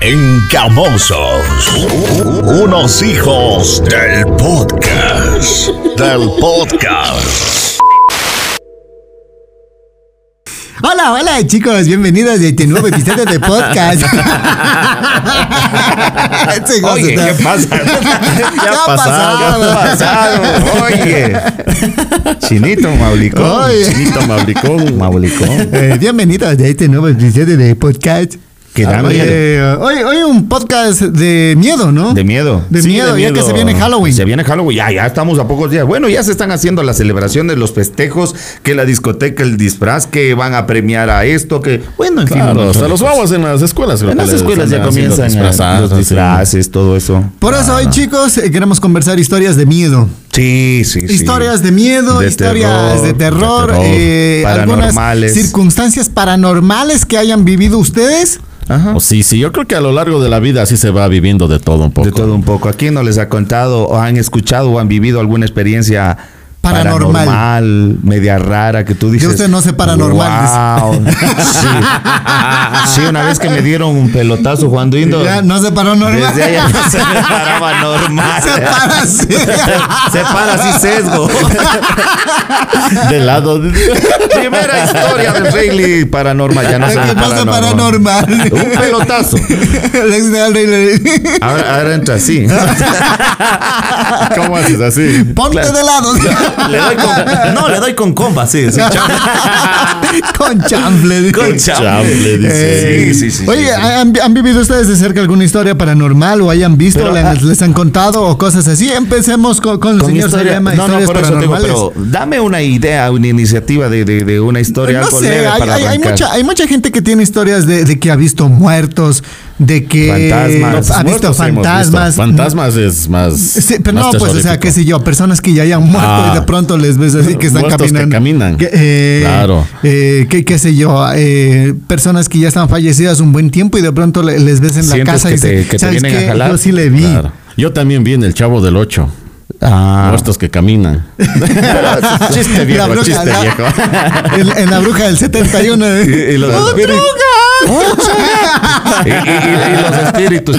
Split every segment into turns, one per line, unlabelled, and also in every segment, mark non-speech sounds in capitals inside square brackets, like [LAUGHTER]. Encamosos. Encamosos. Unos hijos del podcast. Del podcast.
Hola, hola chicos, bienvenidos a este nuevo episodio de
[LAUGHS]
podcast. Este hijo
Oye,
se está-
¿qué pasa?
¿Qué ha pasado?
¿Qué ha pasado? Oye. Chinito Maulicón.
Oye.
Chinito Maulicón. Maulicón.
Eh, [LAUGHS] bienvenidos a este nuevo episodio de podcast.
Que da
Oye, eh,
miedo.
Hoy, hoy un podcast de miedo, ¿no?
De miedo.
De
Sí,
miedo, ya que se viene Halloween.
Se viene Halloween, ya, ya estamos a pocos días. Bueno, ya se están haciendo las celebraciones, los festejos, que la discoteca, el disfraz, que van a premiar a esto, que. Bueno, en fin.
Claro,
no-
hasta los vamos en las escuelas. creo
En
que
las
les
escuelas ya
andan haciendo
comienzan eh,
disfrazados,
los
así.
disfraces, todo eso.
Por eso
Ah.
hoy, chicos, eh, queremos conversar historias de miedo.
Sí, sí, sí.
Historias de miedo,
De
historias
terror,
de terror,
de terror,
eh, algunas
paranormales.
circunstancias paranormales que hayan vivido ustedes.
Ajá.
O Oh, sí, sí, yo creo que a lo largo de la vida así se va viviendo de todo un poco.
De todo un poco. ¿A quién no les ha contado o han escuchado o han vivido alguna experiencia
Paranormal.
paranormal, media rara que tú dices?
Yo usted no sé paranormal,
"Guau". Sí. Sí, una vez que me dieron un pelotazo jugando indo.
Ya no se paró normal.
Desde allá
[LAUGHS]
no se me paraba normal.
Se para así.
Se para así
[LAUGHS]
sesgo.
Del lado de...
Primera historia de Rayleigh paranormal. Ya no
Es
se me
que no
para
se para
normal.
normal.
Un
[LAUGHS]
pelotazo.
Alex de Alrey le dice,
Ahora, ahora
[LAUGHS]
entra así.
¿Cómo haces así?
Ponte de lado.
Le doy con, no, le doy con comba, sí. sí
[LAUGHS] Con chamble.
Con
Chamble, dice.
Eh,
Sí, sí, sí,
Oye,
sí, sí.
¿han, han vivido ustedes de cerca alguna historia paranormal o hayan visto,
Pero,
le-
ah,
les, han contado o cosas así? Empecemos con, con el
Con
señor
historia-
Sarayama,
no, no,
historias
por eso tengo,
paranormales.
pero dame una idea, una iniciativa de, de, de una historia.
no
algo
sé,
leve
hay,
para
hay- hay
arrancar. [LAUGHS]
mucha, hay mucha gente que tiene historias de, de que ha visto muertos, de que
Fantasmas.
ha visto
Muertos hemos visto.
fantasmas.
Fantasmas es más.
Sí, pero no,
más
pues, o sea,
terrorífico.
qué sé yo, personas que ya hayan muerto
Ah.
y de pronto les ves así que están
Muertos que
caminando.
caminan.
Que, eh,
Claro.
eh, qué, qué sé yo, eh, personas que ya están fallecidas un buen tiempo y de pronto le- les ves en la
Sientes
casa y
que te-
dices,
que te
"¿Sabes
vienen a
qué?
jalar".
Yo sí le vi.
Claro. Yo también vi en El Chavo del Ocho.
Ah.
Muertos que caminan. chiste
La
viejo,
bruja,
chiste
la- [LAUGHS]
viejo.
[LAUGHS] En, en la bruja del 71. eh.
[LAUGHS] Y, y los,
[LAUGHS]
y- y- y los espíritus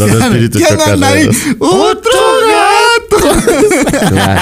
[LAUGHS]
Los espíritus
¿Quién anda ahí?
chocarreros.
¡Otro gato!
Claro.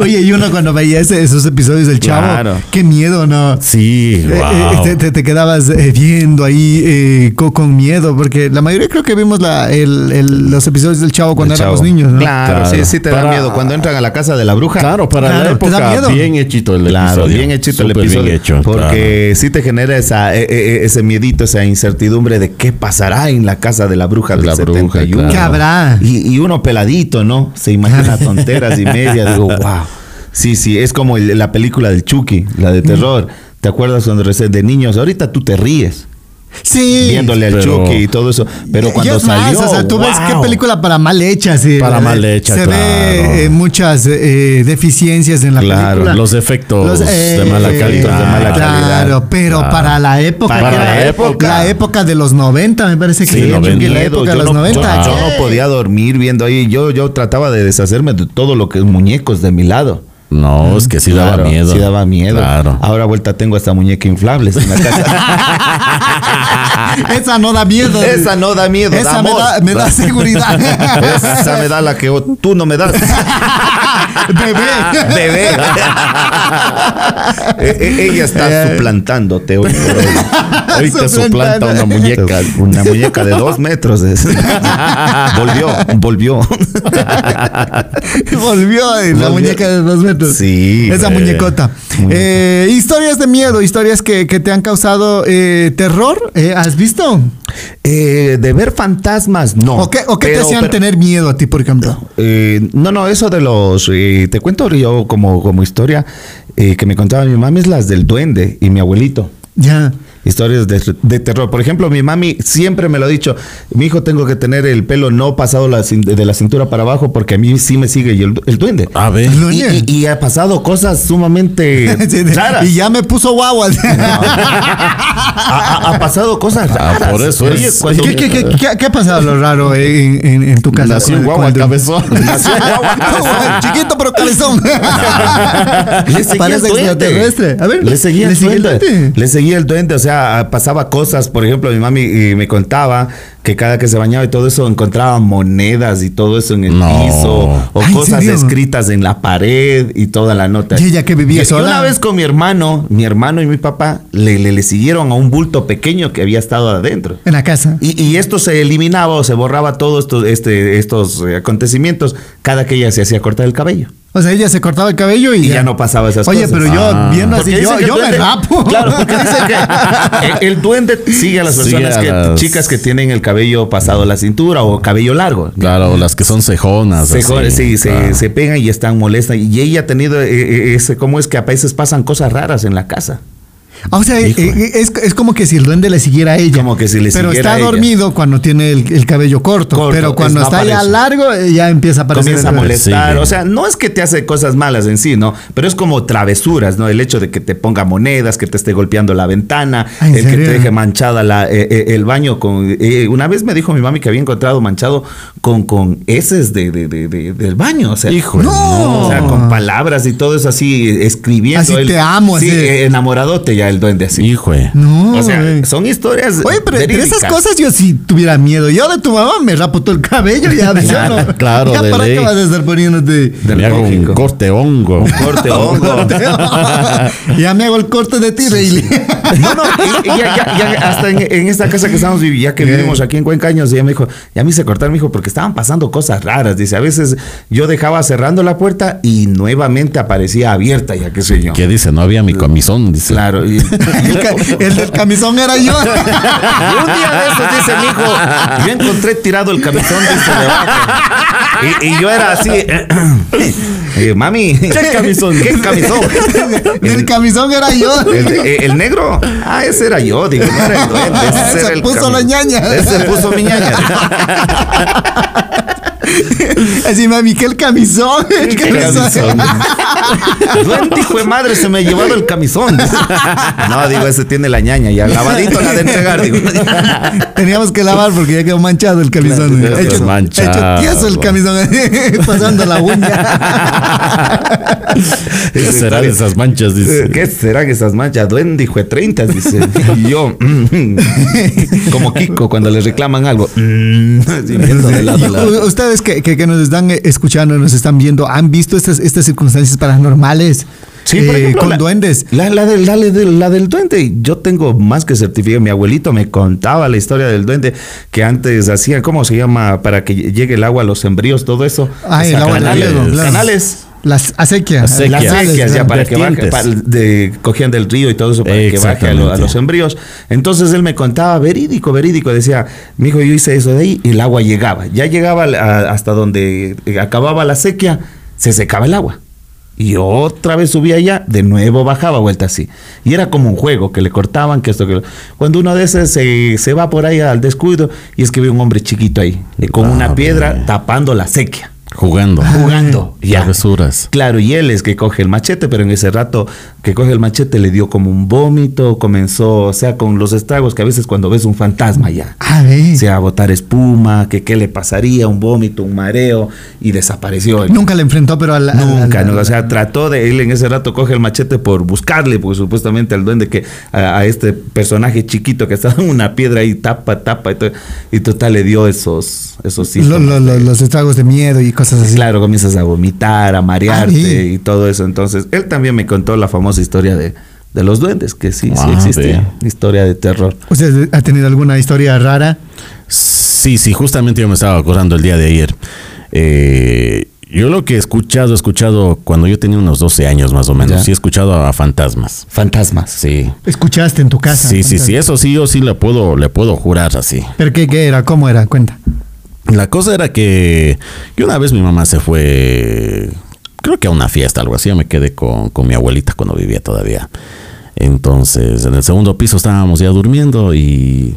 Oye, y uno cuando veía ese- esos episodios del chavo,
Claro.
qué miedo, ¿no?
Sí,
Eh, eh,
wow.
te, te- te quedabas eh, viendo ahí eh, co- con miedo, porque la mayoría creo que vimos la- el- el- los episodios del Chavo cuando
El
éramos
chavo.
niños, ¿no?
Claro,
Claro.
sí, sí te da
Para-
miedo. Cuando entran a la casa de la bruja.
Claro, para
Claro,
la
¿te da
época,
miedo?
bien hechito el
Claro,
episodio.
bien hecho el
Súper
episodio.
Bien hecho, claro.
porque sí te genera esa, eh, eh, ese miedito, esa incertidumbre de qué pasará en la casa de la bruja
De
del
la bruja,
71.
claro.
¿Qué habrá?
Y, y uno peladito, ¿no? Se
[LAUGHS]
imagina tonteras y media.
[LAUGHS]
Digo, wow. Sí, sí, es como el- la película del Chucky, la de terror. ¿Te acuerdas cuando recién de niños? Ahorita tú te ríes
Sí.
viéndole al
pero-
Chucky y todo eso. Pero
Y
cuando
es más,
salió.
o sea, tú ves qué
wow.
película para mal hecha, sí. eh,
Para mal hecha,
Se
claro.
ve eh, muchas eh, deficiencias en la
Claro,
película.
Los efectos
Los, eh,
de mala
eh,
calidad.
de mala
Claro,
calidad.
pero
Claro.
para la época.
Para
que
la
era-
época.
La época de los 90, me parece que
Sí,
era Chucky,
90.
la
Miedo,
época de
yo
los
no,
90.
Yo, yo no podía dormir viendo ahí. Yo, yo trataba de deshacerme de todo lo que es muñecos de mi lado.
No, Oh, es que sí
Claro,
daba miedo.
Sí daba miedo. Ah.
Claro.
Ahora vuelta tengo hasta muñeca inflables en la casa.
[LAUGHS] Esa no da miedo.
Esa no da miedo,
Esa
da
me
amor.
da, me
[LAUGHS]
da seguridad.
Esa me da la que o- tú no me das.
[LAUGHS] Bebé.
Bebé. E- e- ella está suplantándote hoy por hoy.
Hoy te suplanta una muñeca.
Una muñeca de dos metros. [LAUGHS] es. volvió, volvió.
[LAUGHS] Volvió eh, la
Volvió.
muñeca de dos metros.
Sí.
Esa
eh,
muñecota.
muñeca.
Eh, historias de miedo, historias que, que te han causado eh, terror. eh, ¿Has visto?
Eh, de ver fantasmas, no.
¿O qué, o qué te
Pero-
hacían
pero-
tener miedo a ti, por ejemplo?
Eh, no, no, eso de los. eh, te cuento yo como, como historia eh, que me contaba mi mami es las del duende y mi abuelito.
Ya.
Historias de, de terror. Por ejemplo, mi mami siempre me lo ha dicho. Mi hijo tengo que tener el pelo no pasado la cin- de la cintura para abajo porque a mí sí me sigue y el, du- el duende.
A ver.
El
Eh, Y,
duende.
y- y ha pasado cosas sumamente
[LAUGHS] Sí, de-
[LAUGHS] raras.
y ya me puso guagua.
ha, ha- ha pasado cosas raras.
Ah, por eso
Oye,
es.
cuando-
¿Qué, qué, qué, qué- qué ha pasado lo raro eh, en, en- en tu casa?
Nació en guagua,
Cuando- [LAUGHS]
cabezón.
[LAUGHS]
Guagua, Chiquito pero cabezón.
Le seguía
Parece
el duende.
extraterrestre. A ver,
le seguía, el, duende.
duende.
Le seguía el duende. O sea, ah, pasaba cosas. Por ejemplo, mi mami eh, me contaba que cada que se bañaba y todo eso encontraba monedas y todo eso en el
No.
piso. O
Ah, ¿en
cosas
serio?
escritas en la pared y toda la nota.
¿Y ella que vivía
Y- y
sola?
una vez con mi hermano, mi hermano y mi papá le, le, le siguieron a un bulto pequeño que había estado adentro.
En la casa.
Y, y esto se eliminaba o se borraba todos estos, este, estos eh, acontecimientos cada que ella se hacía cortar el cabello.
O sea, ella se cortaba el cabello y,
Y ya no pasaba esas
Oye,
cosas.
pero yo
Ah.
viendo así,
Porque
yo,
dicen que el
yo me
duende-
rapo.
[LAUGHS] Claro, porque dicen que el, el duende sigue a las
Sigue
personas,
a
que,
las-
chicas que tienen el cabello pasado la cintura o cabello largo.
Claro, las que son
Ah,
cejonas.
Se,
así.
jode- sí, se-
Ah.
se, pegan y están molestas. Y ella ha tenido eh, eh, ese, cómo es que a veces pasan cosas raras en la casa.
[LAUGHS] O sea, eh,
Híjole.
eh, es, es como que si el duende le siguiera a ella.
Como que si le
Pero
siguiera
está
a ella.
dormido cuando tiene el, el cabello corto,
Corto,
Pero cuando
es- no
está ya
aparece.
largo, eh, ya empieza a aparecer.
Comienza a
el duende.
molestar.
Sí,
o sea, no es que te hace cosas malas en sí, ¿no? Pero es como travesuras, ¿no? El hecho de que te ponga monedas, que te esté golpeando la ventana,
Ah, ¿en
el que
serio?
te deje manchada la, eh, eh, el baño con... eh, una vez me dijo mi mami que había encontrado manchado con, con heces de, de- de- de- del baño, o sea...
Híjole,
no.
O sea, con palabras y todo eso así, eh, escribiendo.
Así,
el-
te amo,
Sí,
así.
eh, enamoradote ya el duende así.
Hijo. de-
No.
o sea,
güey.
son historias
Oye, pero de
verídicas.
esas cosas yo sí tuviera miedo. Yo de tu mamá me rapo todo el cabello ya.
[LAUGHS]
ya no-
Claro,
ya
de
para
ley.
qué vas a estar poniéndote.
Del
Le hago un
lógico.
corte hongo.
Corte, hongo.
[LAUGHS] ya me hago el corte de ti, Reilly.
No, no, y- y ya, ya- ya hasta en, en esta casa que estamos viviendo, ya que vivimos aquí en Cuencaños, ella me dijo, ya me hice cortar, me dijo, porque estaban pasando cosas raras. Dice, a veces yo dejaba cerrando la puerta y nuevamente aparecía abierta, ya qué sé
[LAUGHS]
yo.
¿Qué dice? No había mi comisón, dice.
Claro. Y, y
El, ca- el del camisón era yo.
un día de esos dice mi hijo, yo encontré tirado el camisón dice, debajo. Y, y yo era así, [CLEARS THROAT] eh, mami, ¿qué camisón? ¿Qué camisón?
Del camisón era
[LAUGHS]
yo.
El, el negro, ah, ese era yo, digo, no era el duende, ese
[LAUGHS] Se
era el
puso
cami-
la ñaña.
Ese puso mi ñaña.
Así, mami, que el camisón.
[LAUGHS]
El camisón.
Duende, hijo de madre, se me ha llevado el camisón. [LAUGHS] No, digo, ese tiene la ñaña ya, lavadito la de entregar, [LAUGHS] digo.
Teníamos que lavar porque ya quedó manchado el camisón.
Claro,
hecho,
manchado.
hecho tieso el camisón. [LAUGHS] pasando la uña.
¿Qué será de esas manchas? Dice.
Eh, ¿Qué serán esas manchas? Duende, hijo de 30, dice. Y yo, mm, como Kiko, cuando le reclaman algo. mm, así, viendo de lado a lado.
U- Ustedes que, que- que nos están eh, escuchando, nos están viendo, ¿han visto estas, estas circunstancias paranormales?
Sí, por
Eh,
ejemplo,
con
la-
duendes.
La, la del, la del- la del duende, yo tengo más que certificado. Mi abuelito me contaba la historia del duende que antes hacían, ¿cómo se llama? Para que llegue el agua a los sembríos, todo eso.
Ah, el agua del
canales,
río, claro.
canales.
Las acequias.
Acequias.
Las
Canales,
acequias ya
claro.
para que baje,
Vertientes.
para- de- cogían del río y todo eso para que baje a, lo- a los sembríos. Entonces él me contaba, verídico, verídico, decía, mi hijo, yo hice eso de ahí y el agua llegaba. Ya llegaba al- a- hasta donde eh, acababa la sequía, se secaba el agua. Y otra vez subía allá, de nuevo bajaba vuelta así. Y era como un juego, que le cortaban, que esto, que lo- Cuando uno de esos se, se va por ahí al descuido y es que ve un hombre chiquito ahí, eh, con una
Ah,
piedra
mira.
tapando la sequía
Jugando.
jugando. Ya.
Travesuras.
Claro, y él es que coge el machete, pero en ese rato que coge el machete le dio como un vómito, comenzó, o sea, con los estragos que a veces cuando ves un fantasma ya.
A ver.
O sea, a botar espuma, que qué le pasaría, un vómito, un mareo, y desapareció. él.
Nunca la enfrentó, pero al. al-
Nunca,
al-
¿no? o sea, trató de él en ese rato coge el machete por buscarle, porque supuestamente al duende que a, a este personaje chiquito que estaba en una piedra ahí tapa, tapa y, to- y total le dio esos esos
lo- lo-
síntomas
lo-
de-
los estragos de miedo y cosas así.
Claro, comienzas a vomitar, a marearte
Ay.
y todo eso. Entonces, él también me contó la famosa historia de, de los duendes, que sí, sí
Ah,
existe.
ve.
Historia de terror.
¿Usted ha tenido alguna historia rara?
Sí, sí, justamente yo me estaba acordando el día de ayer. Eh, yo lo que he escuchado, he escuchado cuando yo tenía unos 12 años más o menos,
Ya.
sí he escuchado a fantasmas.
Fantasmas.
Sí.
¿Escuchaste en tu casa?
Sí, sí, sí, eso sí, yo sí le puedo, le puedo jurar así.
¿Pero qué, qué era? ¿Cómo era? Cuenta.
La cosa era que, que una vez mi mamá se fue, creo que a una fiesta, algo así. Yo me quedé con, con mi abuelita cuando vivía todavía. Entonces, en el segundo piso estábamos ya durmiendo y.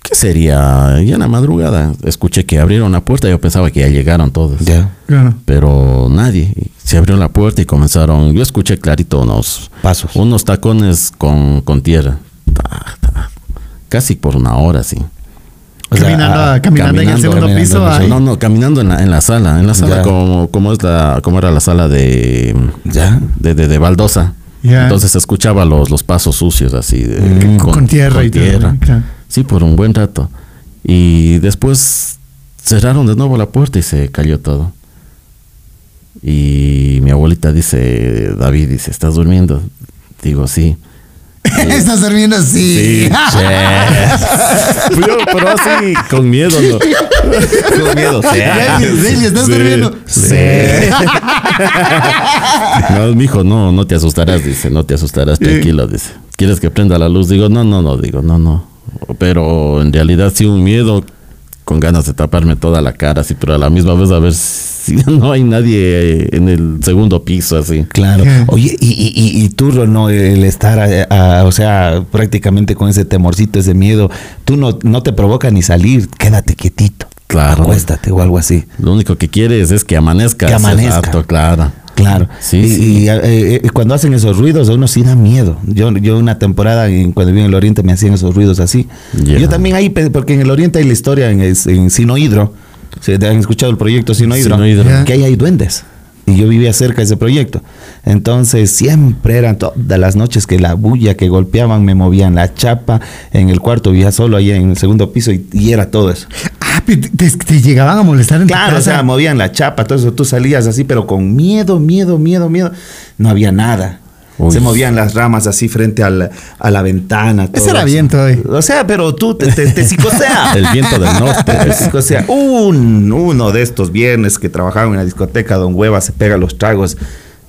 ¿Qué sería? Ya en la madrugada escuché que abrieron la puerta. Yo pensaba que ya llegaron todos.
Ya.
Claro.
Pero nadie. Se abrió la puerta y comenzaron. Yo escuché clarito unos
Pasos.
unos tacones con, con tierra. Ta, ta, casi por una hora, sí. O sea,
Caminando,
ah,
caminando, en el segundo
caminando,
piso.
caminando.
ay. [LAUGHS]
No, no, caminando en la, en la sala, en la sala
Ya.
como, como es la, como era la sala de
Ya.
de, de, de baldosa.
Ya.
Entonces se escuchaba los, los pasos sucios así de-
Con- con tierra y todo, claro.
Sí, por un buen rato. Y después cerraron de nuevo la puerta y se cayó todo. Y mi abuelita dice, David, dice, ¿estás durmiendo? Digo, sí.
Estás durmiendo [LAUGHS] así.
[LAUGHS]
Pero, Pues pero así, con miedo, ¿no?
Tengo miedo.
Delia, Delia, ¿estás
Sí,
durmiendo?
sí. [LAUGHS] No, mijo, no, no te asustarás, dice, no te asustarás, tranquilo, dice. ¿Quieres que prenda la luz? Digo, no, no, no, digo, no, no. Pero en realidad sí un miedo con ganas de taparme toda la cara, así, pero a la misma vez a ver si [LAUGHS] no hay nadie eh, en el segundo piso, así.
Claro.
Ya.
Oye, y, y, y- y tú, no el estar, eh, ah, o sea, prácticamente con ese temorcito, ese miedo, tú no, no te provoca ni salir, quédate quietito.
Claro.
Acuéstate o algo así.
Lo único que quieres es que amanezca.
Que
ese
amanezca.
rato, claro.
Claro.
Sí,
y,
sí.
y, eh, eh, cuando hacen esos ruidos, a uno sí da miedo. Yo, yo una temporada en- cuando viví en el Oriente me hacían esos ruidos así.
Ya.
Yo también ahí, pe- porque en el Oriente hay la historia en, es- en Sinohidro. ¿Se han escuchado el proyecto Sinohidro?
Sinohidro.
Ya.
Que ahí hay duendes. Y yo vivía cerca de ese proyecto. Entonces siempre eran todas las noches que la bulla que golpeaban me movían la chapa. En el cuarto vivía solo ahí en el segundo piso y- y era todo eso.
Ah, pero te, te- te llegaban a molestar en tu
Claro, o
casa.
sea, movían la chapa, todo eso, tú salías así, pero con miedo, miedo, miedo, miedo. No había nada.
Uy.
Se movían las ramas así frente a la, a la ventana. todo
era
así.
viento, eh.
O sea, pero tú te, te, te
[LAUGHS]
psicosea.
El viento del norte.
[LAUGHS] Te psicosea. Un, uno de estos viernes que trabajaban en la discoteca, Don Hueva se pega los tragos.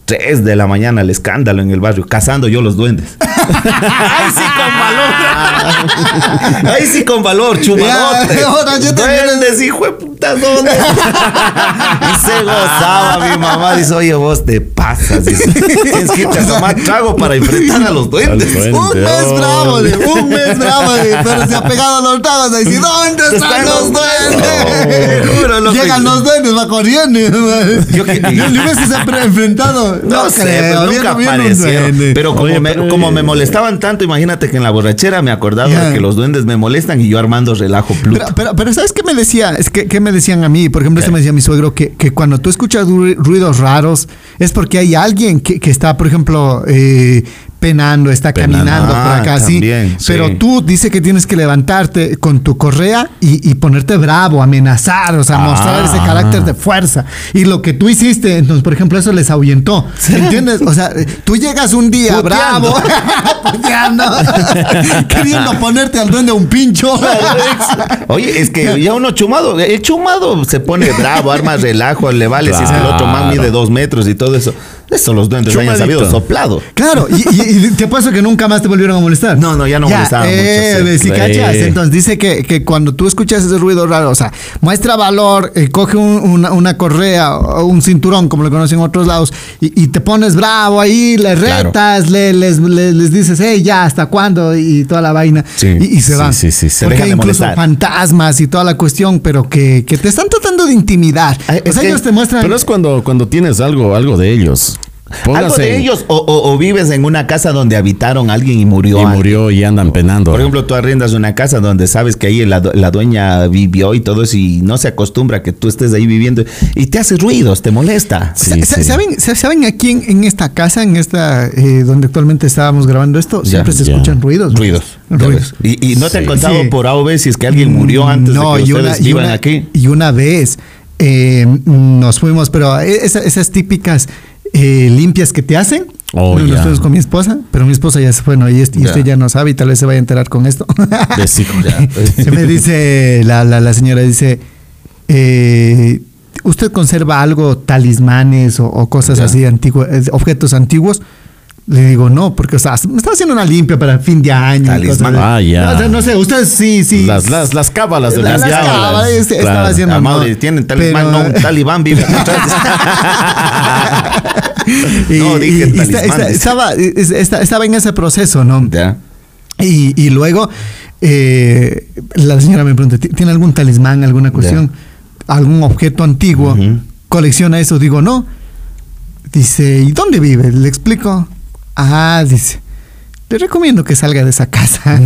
Tres de la mañana, el escándalo en el barrio, cazando yo los duendes. Ahí sí con
[LAUGHS]
valor. Ah. Ahí sí con valor, chumalote.
Ya, ahora yo también-
Duendes, hijo de puta, ¿dónde? [LAUGHS] Y se gozaba mi mamá. Dice, oye, vos te pasas. Dice, Tienes que irte a tomar trago para enfrentar a los duendes.
Al
Un
duende,
mes
oh.
bravo, de, un mes bravo, de, pero se ha pegado a los tragos. ahí sí, ¿dónde están
Están
los
los-
duendes?
Oh, [LAUGHS] juro, loco.
Llegan los duendes, va [LAUGHS] corriendo. Yo
Yo
que
que-
le hubieses apre- enfrentado.
[LAUGHS] No, sé,
creo,
pues,
bien,
nunca
bien un
aparecieron.
duende.
Pero como,
Oye,
me,
pero- eh,
como me molestaban tanto, imagínate que en la borrachera me acordaba
Ya.
de que los duendes me molestan y yo armando relajo pluto.
Pero, pero, pero ¿sabes qué me decía? Es que, ¿qué me decían a mí? Por ejemplo, eso me decía mi suegro que, que cuando tú escuchas ru- ruidos raros es porque hay alguien que, que está, por ejemplo, eh, penando, está
Penando.
caminando por
Ah,
acá, sí.
también, sí.
Pero tú dice que tienes que levantarte con tu correa y, y ponerte bravo, amenazar, o sea, mostrar
Ah.
ese carácter de fuerza. Y lo que tú hiciste, entonces, por ejemplo, eso les ahuyentó. ¿Entiendes? O sea, eh, tú llegas un día
Puteando.
bravo, [LAUGHS] puteando, [LAUGHS] queriendo ponerte al duende un
[LAUGHS]
pincho.
Oye, es que ya uno chumado, el chumado se pone bravo, arma relajo, le vale si es que el otro más
Claro.
mide dos metros y todo eso. Eso los duendes hayan
Chumadito.
sabido soplado.
Claro, y, y- y te paso que nunca más te volvieron a molestar.
No, no, ya no molestaban mucho,
eh,
sí.
si cachas.
Sí.
Entonces dice que, que cuando tú escuchas ese ruido raro, o sea, muestra valor, eh, coge un- una, una correa o un cinturón, como lo conocen en otros lados, y, y te pones bravo ahí, le
Claro.
retas, le- les, les, les dices, hey, ya, ¿hasta cuándo? Y toda la vaina.
Sí.
y, y se
Sí,
van.
sí, sí, sí.
Porque
Dejan
hay
de
incluso
molestar.
fantasmas y toda la cuestión, pero que, que te están tratando de intimidar. o
Ay, Eh, es
sea,
que-
ellos te muestran.
Pero es cuando, cuando tienes algo, algo de ellos.
Algo
Póngase
de
en-
ellos, o, o- o vives en una casa donde habitaron alguien y murió.
Y
alguien.
murió y andan penando.
Por ejemplo, tú arrendas una casa donde sabes que ahí la, du- la dueña vivió y todo eso y no se acostumbra que tú estés ahí viviendo y te hace ruidos, te molesta.
Sí,
Sa- sa-
sí.
¿Saben, sa- ¿Saben aquí en, en esta casa, en esta eh, donde actualmente estábamos grabando esto?
Ya,
Siempre se
ya.
escuchan ruidos. ¿no?
Ruidos. ya
Ruidos.
ves. Y, y no te
Sí.
han contado
Sí.
por A o B si es que alguien murió antes de que
y
ustedes
una- y
vivan
una-
aquí.
Y una vez eh, nos fuimos, pero e- esa- esas típicas eh, limpias que te hacen.
Oh,
Bueno, nos
ya.
fuimos con mi esposa, pero mi esposa ya se fue, ¿no? Y, este- y
Ya.
usted ya no sabe y tal vez se vaya a enterar con esto.
Des-
[LAUGHS] Se me dice, la, la, la señora dice, eh, ¿usted conserva algo, talismanes o, o cosas
Ya.
así antiguas, eh, objetos antiguos? Le digo, no, porque o sea, me está haciendo una limpia para fin de año. y cosas
Talismán.
así.
Ah, ya.
No, o sea, no sé, ustedes sí, sí.
Las, las, las cábalas de
Las
las
cábalas,
cábalas.
este, estaba
Claro.
haciendo-
Ah,
no,
madre, tienen talismán,
pero-
no, un talibán vive atrás. no,
[LAUGHS]
dije
[LAUGHS] y- y
talismán.
está- está-
dice.
estaba, es- está- estaba en ese proceso, ¿no?
Ya.
Y, y luego eh, la señora me pregunta, "¿Ti- ¿tiene algún talismán, alguna cuestión, algún objeto antiguo?
Ujú.
¿Colecciona eso? Digo, no. Dice, ¿y dónde vive? Le [LAUGHS] explico. Ah, dice, le recomiendo que salga de esa casa.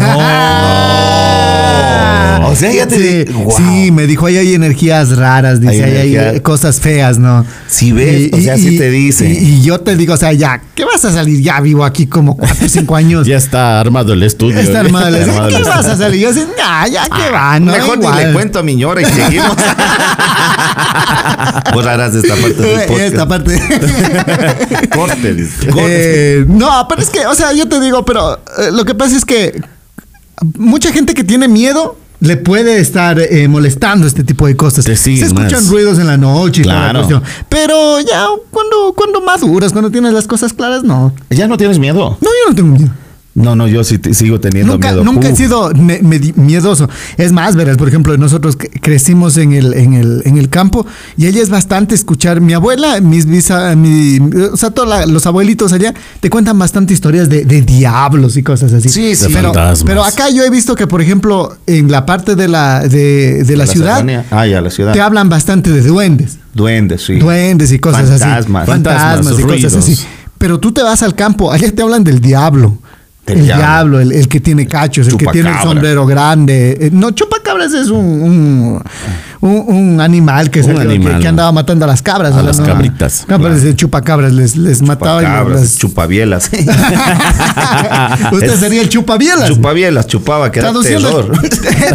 O sea, ya te
Ah, sí,
di- wow.
sí, me dijo, ahí hay energías raras, dice, ahí hay,
energía-
cosas feas, ¿no?
Sí ves, o sea, sí te dice.
Y, y yo te digo, o sea, ya, ¿qué vas a salir? Ya vivo aquí como
[LAUGHS]
cuatro o cinco años.
Ya está armado el estudio.
Está
[LAUGHS]
armada la-
Está armado el
¿Qué
estudio.
vas a salir? Yo así, nah, ya que va, no.
Ah, Mejor ni
igual".
le cuento a mi ñora
[LAUGHS]
y seguimos. Borrarás esta parte del
[LAUGHS]
podcast.
Esta parte.
[LAUGHS] Corte, dice.
Eh,
este-
no, pero es que, o sea, yo te digo, pero eh, lo que pasa es que mucha gente que tiene miedo le puede estar eh, molestando este tipo de cosas.
Te
Se
siguen
escuchan
más.
ruidos en la noche y toda la
Claro.
cuestión. Pero ya cuando, cuando maduras, cuando tienes las cosas claras, no.
¿Ya no tienes miedo?
No, yo no tengo miedo.
No, no, yo sí te- sigo teniendo
Nunca,
miedo.
nunca he
Uf.
sido ne- medi- miedoso. Es más, verás, por ejemplo, nosotros cre- crecimos en el, en el, en el campo y ella es bastante escuchar. Mi abuela, mis bisa, mi, o sea, todos los abuelitos allá te cuentan bastante historias de, de diablos y cosas así.
Sí, sí. De
Pero,
fantasmas.
pero acá yo he visto que, por ejemplo, en la parte de la, de, de la, ciudad
serranía. Ah, ya, la ciudad.
te hablan bastante de duendes.
Duendes, sí.
Duendes y cosas
Fantasmas.
así. Fantasmas.
Fantasmas,
y cosas
ruidos.
así. Pero tú te vas al campo, allá te hablan del diablo.
Del
el
diablo.
diablo, el, el que tiene cachos, el que tiene el
Chupacabra.
sombrero grande. Eh, No, chupacabras es un, un, un- un animal que, se-
Un
que-
animal.
que andaba matando a las cabras.
A
¿verdad?
las
No,
cabritas.
No, pero es chupacabras les, les mataba y [LAUGHS]
Chupacabras,
las-
chupavielas.
Usted
[LAUGHS] Es-
sería el chupabielas.
chupavielas, chupaba, que era
Traduciendo,
terror.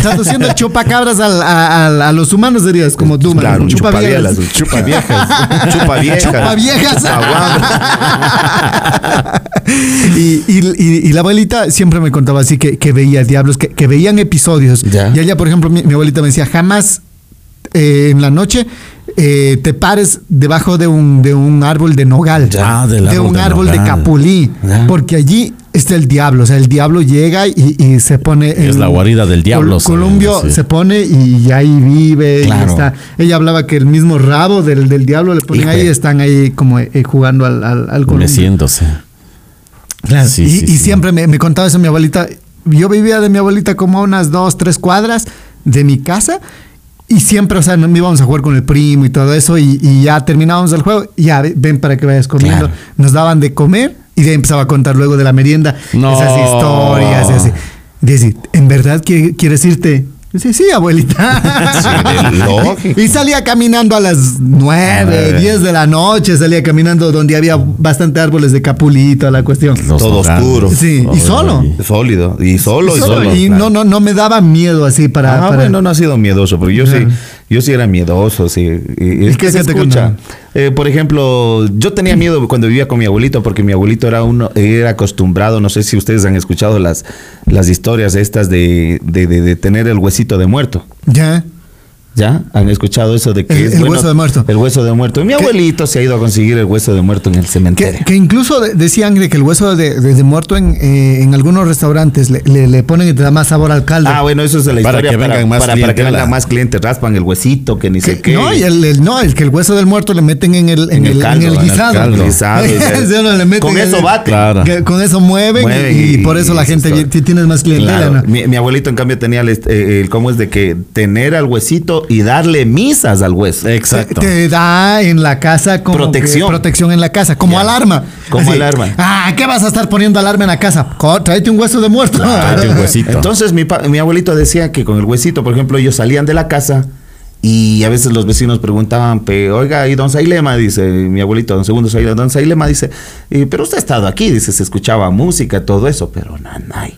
[LAUGHS] traduciendo chupacabras al- a, a- a los humanos serías como tú, man.
Claro,
Chupabielas.
chupavielas, chupaviejas, chupaviejas.
Chupaviejas.
Chupaviejas.
[LAUGHS] y, y- y- y la abuelita siempre me contaba así que, que veía diablos, que, que veían episodios.
Ya.
Y ella, por ejemplo, mi, mi abuelita me decía, jamás eh, en la noche eh, te pares debajo de un, de un árbol de nogal.
Ya. Ah, del
de
árbol
un
de
árbol de
nogal.
capulí.
Ya.
Porque allí está el diablo. O sea, el diablo llega y, y se pone...
Es la guarida del diablo,
Col- Columbio
sí.
se pone y ahí vive. y
Claro.
está. Ella hablaba que el mismo rabo del, del diablo le ponen
Hijo.
ahí y están ahí como eh, jugando al, al, al columpio.
Meciéndose. Claro.
Y, y siempre me, me contaba eso mi abuelita. Yo vivía de mi abuelita como a unas dos, tres cuadras de mi casa. Y siempre, o sea, no íbamos a jugar con el primo y todo eso. Y, y ya terminábamos el juego. y Ya, ve- ven para que vayas comiendo.
Claro.
Nos daban de comer. Y de ahí empezaba a contar luego de la merienda.
No.
Esas historias. y así. Dice, ¿en verdad que- quieres irte? Sí, sí, abuelita.
Sí, de lógico.
y salía caminando a las nueve,
Nueve.
diez de la noche. Salía caminando donde había bastante árboles de capulito, la cuestión.
Los
Todo
tocados.
oscuro.
Sí, y
Oye.
solo.
[LAUGHS] Sólido, y solo, y
Solo,
solo.
y
claro.
no, no, no me daba miedo así para.
Ah,
para-
bueno, no ha sido miedoso, porque yo sí, yo sí era miedoso, sí. Y- y es
qué
que se
gente
escucha.
cuando-
Eh, por ejemplo, yo tenía miedo cuando vivía con mi abuelito, porque mi abuelito era uno, era acostumbrado, no sé si ustedes han escuchado las, las historias estas de, de, de- de tener el huesito de muerto.
Ya.
¿Ya? ¿Han escuchado eso de que
El-
es
el hueso de muerto.
El hueso de muerto. Y mi abuelito se ha ido a conseguir el hueso de muerto en el
Que,
cementerio.
que incluso de- decían de que el hueso de, de- de muerto en, eh, en algunos restaurantes le, le- le ponen y te da más sabor al caldo.
Ah, bueno, eso es de la
Para
historia.
que vengan más
para, para que
clientela.
vengan más clientes, raspan el huesito, que ni
Que-
sé qué.
No, y el, el- no, el que el hueso del muerto le meten en el, en
En el
el,
caldo,
en el
en el
guisado. [LAUGHS]
caldo. Guisado, y-
Sí, no, le meten
Con
en
eso
el-
bate.
Claro.
que con eso mueven,
Mueve
y,
y-
por eso la
y
gente
esto.
vie- ti- tienes más clientela.
Claro.
¿no?
Mi, mi abuelito, en cambio, tenía el, est- eh, el cómo es de que tener al huesito y darle misas al hueso.
Exacto.
Te, te da en la casa como
Protección.
que- protección en la casa, como
Ya.
alarma.
Como alarma.
Ah, ¿qué vas a estar poniendo alarma en la casa? Co- Tráete un hueso de muerto.
Tráete
[LAUGHS]
un Ah, huesito.
Entonces, mi, pa- mi abuelito decía que con el huesito, por ejemplo, ellos salían de la casa y a veces los vecinos preguntaban, "Pe- oiga, ¿y don Sailema? Dice mi abuelito, don Segundo Sailema, don Sailema, dice, "Eh, pero usted ha estado aquí, dice, se escuchaba música, todo eso, pero nanay.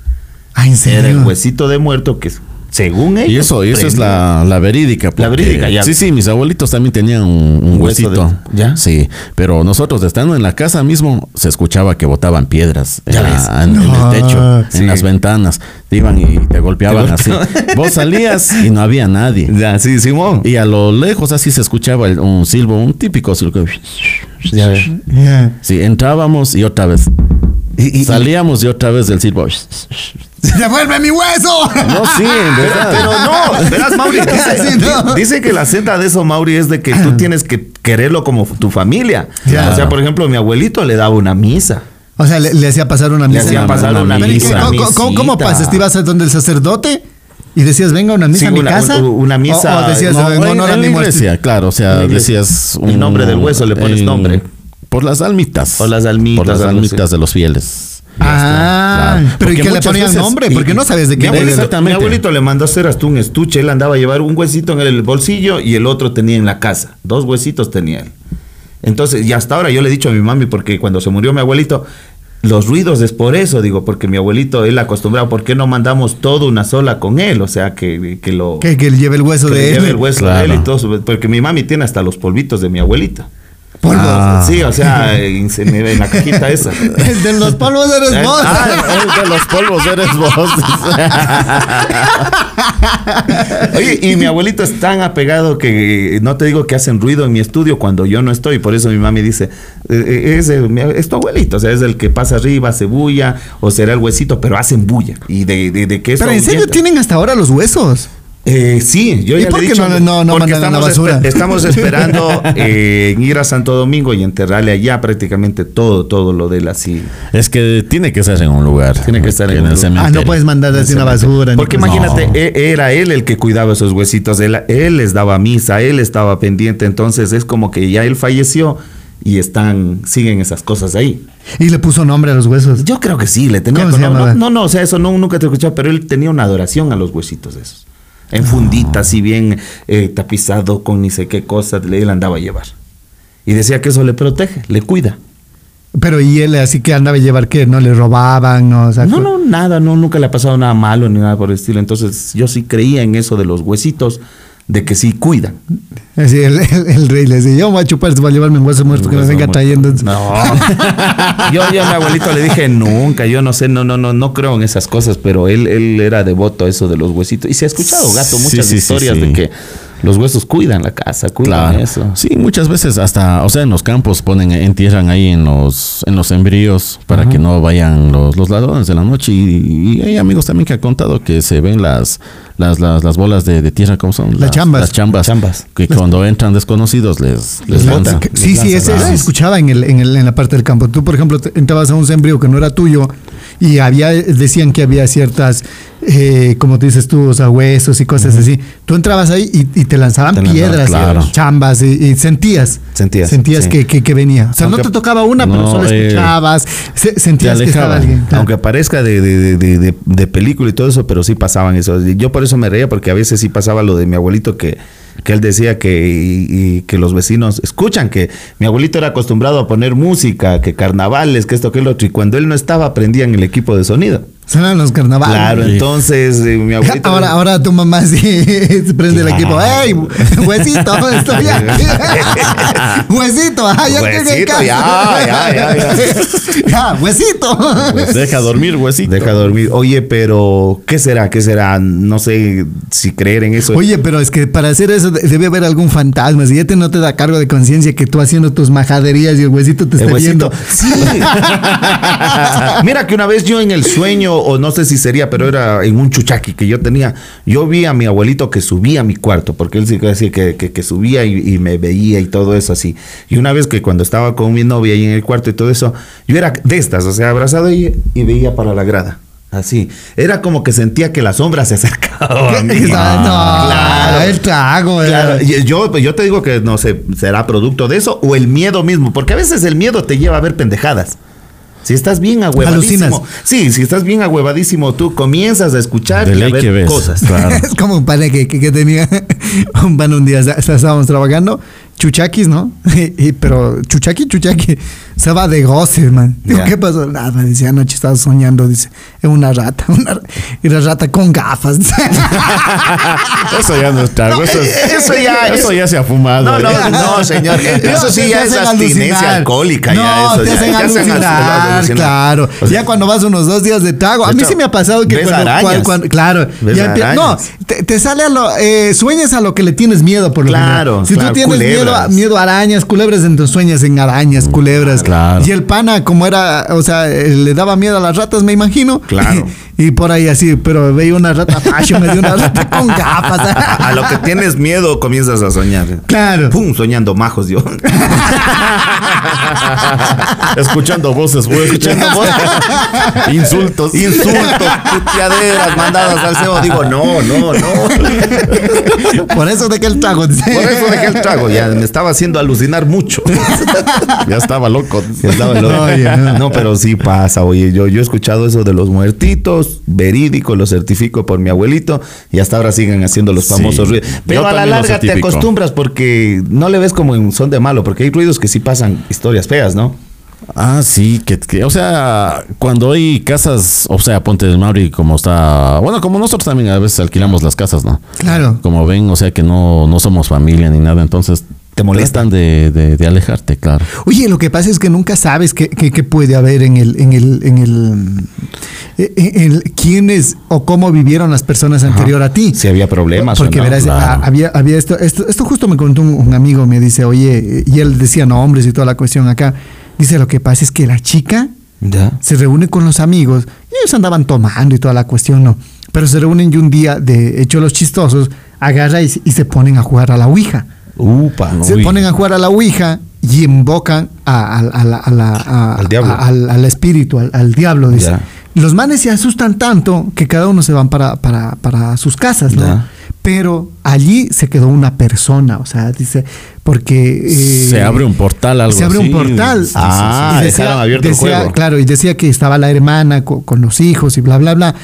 Ah, en
Era el
serio.
huesito de muerto que, según ellos.
Y eso, y eso es la, la verídica. porque-
verídica, ya.
Sí, sí, mis abuelitos también tenían un, un
Un hueso
huesito.
de- ¿ya?
Sí, pero nosotros estando en la casa mismo, se escuchaba que botaban piedras en,
Ya
la-
ves. Ah,
en- en
No.
el techo,
Sí.
en las ventanas. Te Iban y te golpeaban
Te
así.
golpeaban.
Vos salías y no había nadie.
Ya, sí, Simón.
Y a lo lejos así se escuchaba el- un silbo, un típico silbo.
Ya ves.
Ya. [LAUGHS]
Sí, entrábamos y otra vez.
Y- y-
Salíamos y otra vez del silbo.
¡Devuelve mi
[LAUGHS]
hueso!
No, sí, en verdad.
Pero no,
[LAUGHS]
verás, Mauri. Dice,
Sí, no.
dice que la senda de eso, Mauri, es de que
Ah.
tú tienes que quererlo como tu familia.
Ya.
O sea, por ejemplo, mi abuelito le daba una misa.
O sea, le, le hacía pasar una misa.
hacía
pasar una
Pero, ¿y qué?
misa,
¿Cómo, cómo, cómo
misita.
pasas? ¿Te ibas a donde el sacerdote y decías, venga, una misa
Sí,
a mi
una-
casa?
un- una misa-
O, o decías,
No,
en honor a
la
mi muerte.
iglesia, claro, o
En
sea,
la iglesia.
decías
El nombre del hueso le pones nombre.
Por las almitas.
Por las almitas,
Por las
algo así.
almitas de los fieles. Ya está,
Ah,
claro.
pero ¿y
Porque
qué le
muchas
ponían
veces-
nombre? Porque no sabes de qué
Mi abuelito,
Exactamente.
mi abuelito le mandó a hacer hasta un estuche. Él andaba a llevar un huesito en el bolsillo y el otro tenía en la casa. Dos huesitos tenía él. Entonces, y hasta ahora yo le he dicho a mi mami, porque cuando se murió mi abuelito, los ruidos es por eso, digo, porque mi abuelito, él acostumbrado, ¿por qué no mandamos todo una sola con él? O sea, que, que lo...
Que, que lleve el hueso
que le
de él.
lleve el hueso de él
Claro.
y todo su- Porque mi mami tiene hasta los polvitos de mi abuelita.
Polvo.
Ah.
Sí, o sea, en, en la cajita
[LAUGHS]
esa.
El de los polvos
[LAUGHS]
eres vos.
Ah, el de los polvos eres vos.
Oye, y mi abuelito es tan apegado que eh, no te digo que hacen ruido en mi estudio cuando yo no estoy. Por eso mi mami dice, eh, eh, es, el- mi- es tu abuelito, o sea, es el que pasa arriba, hace bulla, o será el huesito, pero hacen bulla. Y de, de, de que eso
Pero en serio
ahuyenta.
tienen hasta ahora los huesos.
Eh, sí, yo
¿Y
ya
por
le he
qué
dicho,
no- no- no
porque
mandan a la
estamos
basura?
espe-
[LAUGHS]
estamos esperando eh, en ir a Santo Domingo y enterrarle allá prácticamente todo, todo lo de él así.
es que tiene que estar en un lugar.
Tiene que estar en
en
un
el
lugar. Ah, no
Ah,
cementerio.
no puedes mandar así una basura. ni pues,
Porque
cosas.
imagínate,
No.
e- era él el que cuidaba esos huesitos, él, él les daba misa, él estaba pendiente, entonces es como que ya él falleció y están, siguen esas cosas ahí.
Y le puso nombre a los huesos.
Yo creo que sí, le tenía
¿Cómo
con-
se
no, no,
llamaba?
no, no, o sea, eso no, nunca te he escuchado, pero él tenía una adoración a los huesitos esos.
Ah.
En fundita, así bien eh, tapizado con ni sé qué cosa, le- él andaba a llevar. Y decía que eso le protege, le cuida.
Pero y él así que andaba a llevar que no le robaban, no, o sea,
No, no, nada, no, nunca le ha pasado nada malo ni nada por el estilo. Entonces yo sí creía en eso de los huesitos, de que sí cuidan.
así el, el- el rey le decía, yo me voy a chupar, voy a llevarme un hueso muerto que me venga trayendo.
No. Yo, yo a mi abuelito le dije nunca, yo no sé, no, no, no, no creo en esas cosas, pero él, él era devoto a eso de los huesitos. Y se ha escuchado, gato,
Sí,
muchas
sí, sí,
historias
sí.
de que los huesos cuidan la casa, cuidan
Claro.
eso.
Sí, muchas veces hasta, o sea, en los campos ponen, entierran ahí en los, en los embrios para que no vayan los, los ladrones de la noche. Y, y hay amigos también que han contado que se ven las, las, las, las bolas de, de tierra, ¿cómo son? Las,
chambas.
Las chambas.
Chambas.
Que cuando entran desconocidos les, les
Los
lanzan.
que- Sí, sí, ese se escuchaba en, el, en, el- en la parte del campo. Tú, por ejemplo, te- entrabas a un sembrío que no era tuyo y había, decían que había ciertas, eh, como te dices tú, o sea, huesos y cosas así. Tú entrabas ahí y, y te lanzaban
Te lanzaban,
piedras,
claro.
chambas y, y sentías.
Sentías,
Sentías
sí.
que, que- que venía. O sea, no
Aunque-
te tocaba una, pero
no,
solo
eh,
escuchabas, se- sentías que estaba
alejaban,
alguien. claro.
Aunque parezca de, de- de- de- de película y todo eso, pero sí pasaban eso. Yo por eso me reía, porque a veces sí pasaba lo de mi abuelito que, que él decía que, y- y que los vecinos escuchan, que mi abuelito era acostumbrado a poner música, que carnavales, que esto, que lo otro, y cuando él no estaba, prendían el equipo de sonido.
Sonaban los carnavales.
Claro,
sí.
entonces eh, mi abuelito.
Ahora, ahora tu mamá sí se prende el equipo. ¡Ey,
[LAUGHS]
huesito! Estoy aquí. ¡Huesito! ¡Ah, ya llegué
Huesito,
a casa.
ya, ya, ya,
[LAUGHS]
Pues
Ya, huesito!
Deja dormir, huesito.
Deja dormir. Oye, pero ¿qué será? ¿Qué será? No sé si creer en eso.
Oye, pero es que para hacer eso de- debe haber algún fantasma. Si ya te, no te da cargo de conciencia que tú haciendo tus majaderías y el huesito te
El
está
huesito.
viendo.
[LAUGHS]
[LAUGHS]
Sí. Mira que una vez yo en el sueño, o no sé si sería, pero era en un chuchaqui que yo tenía, yo vi a mi abuelito que subía a mi cuarto, porque él sí que decía que, que- que subía y, y me veía y todo eso así. Y una vez que cuando estaba con mi novia ahí en el cuarto y todo eso, yo era de estas, o sea, abrazado y, y veía para la grada. Así. Era como que sentía que la sombra se acercaba a mí.
Ah, no,
Claro.
el trago. eh.
Claro, y- yo, yo te digo que no sé, será producto de eso o el miedo mismo, porque a veces el miedo te lleva a ver pendejadas. Si estás bien ahuevadísimo,
Alucinas.
sí, si estás bien ahuevadísimo, tú comienzas a escuchar
De
y a
ley que
ver
ves.
cosas. [LAUGHS]
Claro.
[LAUGHS] Es como un pana que, que- que tenía [LAUGHS] un pan un día, está- estábamos trabajando, chuchaquis, ¿no? [LAUGHS] Y- y- pero chuchaqui, chuchaqui, estaba de goce, man. [LAUGHS] Digo,
Ya.
¿qué pasó? Nada, me decía, anoche estaba soñando, dice, es una rata, [LAUGHS] una, ra- y la rata con gafas. [LAUGHS]
[LAUGHS] Eso ya no es trago. eso, es-
eh, Eso ya es-
eso ya se ha fumado.
No, no,
ya.
[LAUGHS]
no, señor. Eso sí
eh. te
ya es
hacen
abstinencia
alucinar.
alcohólica.
No,
ya, eso
te
ya-
hacen
ya hacen
alucinar,
alucinar.
claro.
O sea,
ya cuando vas unos dos días de trago, a
de
mí
trago.
sí me ha pasado que
Ves
cuando,
arañas.
cual- cuando- claro,
Ves
ya empie-
arañas.
no, te, te sale a lo, eh, sueñas a lo que le tienes miedo por lo
Claro,
general. Si
claro,
tú tienes miedo a,
culebras.
miedo a arañas, culebras, entonces sueñas en arañas, culebras.
claro.
Y el pana, como era, o sea, eh, le daba miedo a las ratas, me imagino.
Claro.
[LAUGHS] Y por ahí así, pero veía una rata fashion, me dio una rata con gafas.
[LAUGHS] A, a lo que tienes miedo comienzas a soñar.
Claro.
Pum, soñando majos, Dios.
[LAUGHS]
[LAUGHS]
escuchando voces, güey.
[LAUGHS]
Escuchando Insultos.
[LAUGHS] Insultos, puteaderas mandadas al cebo. Digo, no, no, no.
Por eso de que el trago. dice.
Por eso dejé el trago. Ya me estaba haciendo alucinar mucho.
Ya estaba loco.
Ya estaba loco.
Oye, no.
No, pero sí pasa. Oye, yo, yo he escuchado eso de los muertitos, verídico, lo certifico por mi abuelito, y hasta ahora siguen haciendo los
Sí.
famosos ruidos.
Yo
Pero a la
también lo
larga te
certifico.
acostumbras porque no le ves como en son de malo, porque hay ruidos que sí pasan historias feas, ¿no?
Ah, sí, que, que- o sea, cuando hay casas, o sea, Ponte del Mauri, como está, bueno, como nosotros también a veces alquilamos las casas, ¿no?
Claro.
Como ven, o sea, que no, no somos familia ni nada, entonces
Te molesta.
molestan de, de- de alejarte, claro.
Oye, lo que pasa es que nunca sabes qué, qué- qué puede haber en el, en el, en el, mm, en el- quiénes o cómo vivieron las personas anterior a ti.
Si había problemas. o
Porque
no.
verás, ah,
Claro.
a- había, había esto, esto, esto justo me contó un, un amigo, me dice, oye, y él decía nombres y toda la cuestión acá. Dice, lo que pasa es que la chica
Ya.
se reúne con los amigos y ellos andaban tomando y toda la cuestión, ¿no? Pero se reúnen y un día, de hecho, los chistosos agarra y, se- y se ponen a jugar a la Ouija.
Upa.
Se
Uy.
ponen a jugar a la Ouija y invocan a- a- a la- a la- a-
Al diablo.
a- al, al espíritu, al, al diablo. dice.
Ya.
Los manes se asustan tanto que cada uno se van para, para, para sus casas, ¿no?
Ya.
Pero allí se quedó una persona, o sea, dice, porque... eh,
se abre un portal, algo
se abre
así.
un portal.
Ah,
Y
dejaron abierto el
decía-
juego.
Claro, y decía que estaba la hermana co- con, los hijos y bla, bla, bla.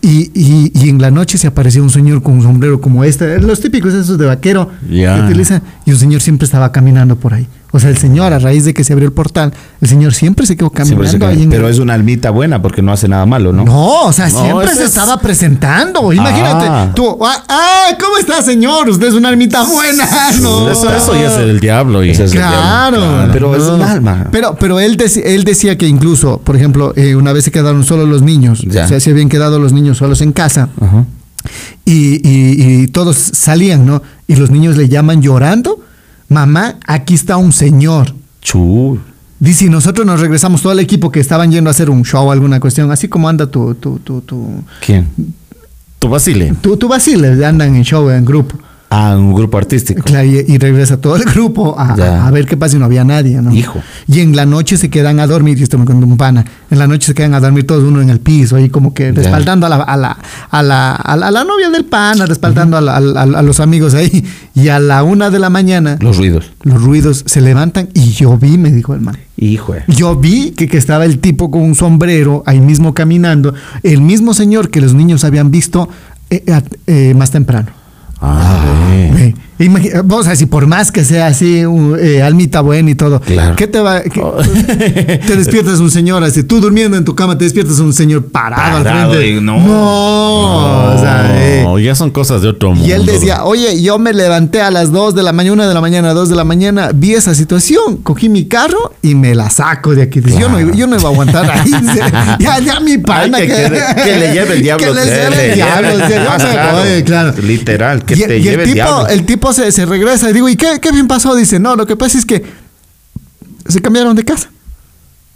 Y, y- y en la noche se apareció un señor con un sombrero como este, los típicos esos de vaquero
Ya.
que utilizan, y un señor siempre estaba caminando por ahí. O sea, el señor, a raíz de que se abrió el portal, el señor siempre se quedó caminando
Siempre se
ahí
cae.
en-
Pero es una almita buena porque no hace nada malo, ¿no?
no, o sea,
No,
siempre
ese
se
es-
estaba presentando. Imagínate,
Ah.
tú, ah, ah, ¿cómo está, señor? Usted es una ermita buena. [LAUGHS] No. Ah.
Eso, eso ya es el diablo. Y,
Ese es-
Claro,
Claro. Pero es un alma.
Pero, pero él, deci- él decía que incluso, por ejemplo, eh, una vez se quedaron solos los niños,
Ya.
o sea, se habían quedado los niños solos en casa
Ajá.
y, y- y todos salían, ¿no? Y los niños le llaman llorando, mamá, aquí está un señor.
Chu.
Dice, y nosotros nos regresamos todo el equipo que estaban yendo a hacer un show o alguna cuestión, así como anda tu, tu, tu, tu,
¿Quién?
tu Basile.
tu, tu Basile, andan en show, en grupo.
Ah, un grupo artístico.
Claro, y, y regresa todo el grupo a,
Ya.
a ver qué pasa y no había nadie, ¿no?
Hijo.
Y en la noche se quedan a dormir, y esto me contó un pana, en la noche se quedan a dormir todos uno en el piso, ahí como que respaldando a la, a, la, a, la, a la- a la novia del pana, respaldando a la- a, la- a los amigos ahí, y a la una de la mañana
Los ruidos.
los ruidos se levantan y yo vi, me dijo el man.
Hijo. eh.
Yo vi que, que estaba el tipo con un sombrero ahí mismo caminando, el mismo señor que los niños habían visto eh, eh, eh, más temprano.
Ah, ve.
Ve, imagi- Vamos a decir, por más que sea así, un, eh, almita buena y todo,
Claro. Oh.
¿qué te va? qué- [LAUGHS] te despiertas un señor así, tú durmiendo en tu cama, te despiertas un señor parado, al
Parado,
frente.
y no.
No, o sea, eh.
No, ya son cosas de otro mundo.
Y él decía, oye, yo me levanté a las 2 de la mañana, 1 de la mañana, 2 de la mañana, vi esa situación, cogí mi carro y me la saco de aquí. Dice, Yo, no, yo no iba a aguantar ahí. [LAUGHS] Dice, ya, ya mi pana.
Ay, que- que-
[LAUGHS]
que le lleve el diablo,
Que le lleve el diablo. dice, yo
Ah,
me
claro.
voy, claro.
Literal, que
y,
te
y
lleve
el
el
tipo,
diablo.
el tipo se, se regresa y digo, ¿y qué, qué bien pasó? Dice, no, lo que pasa es que se cambiaron de casa.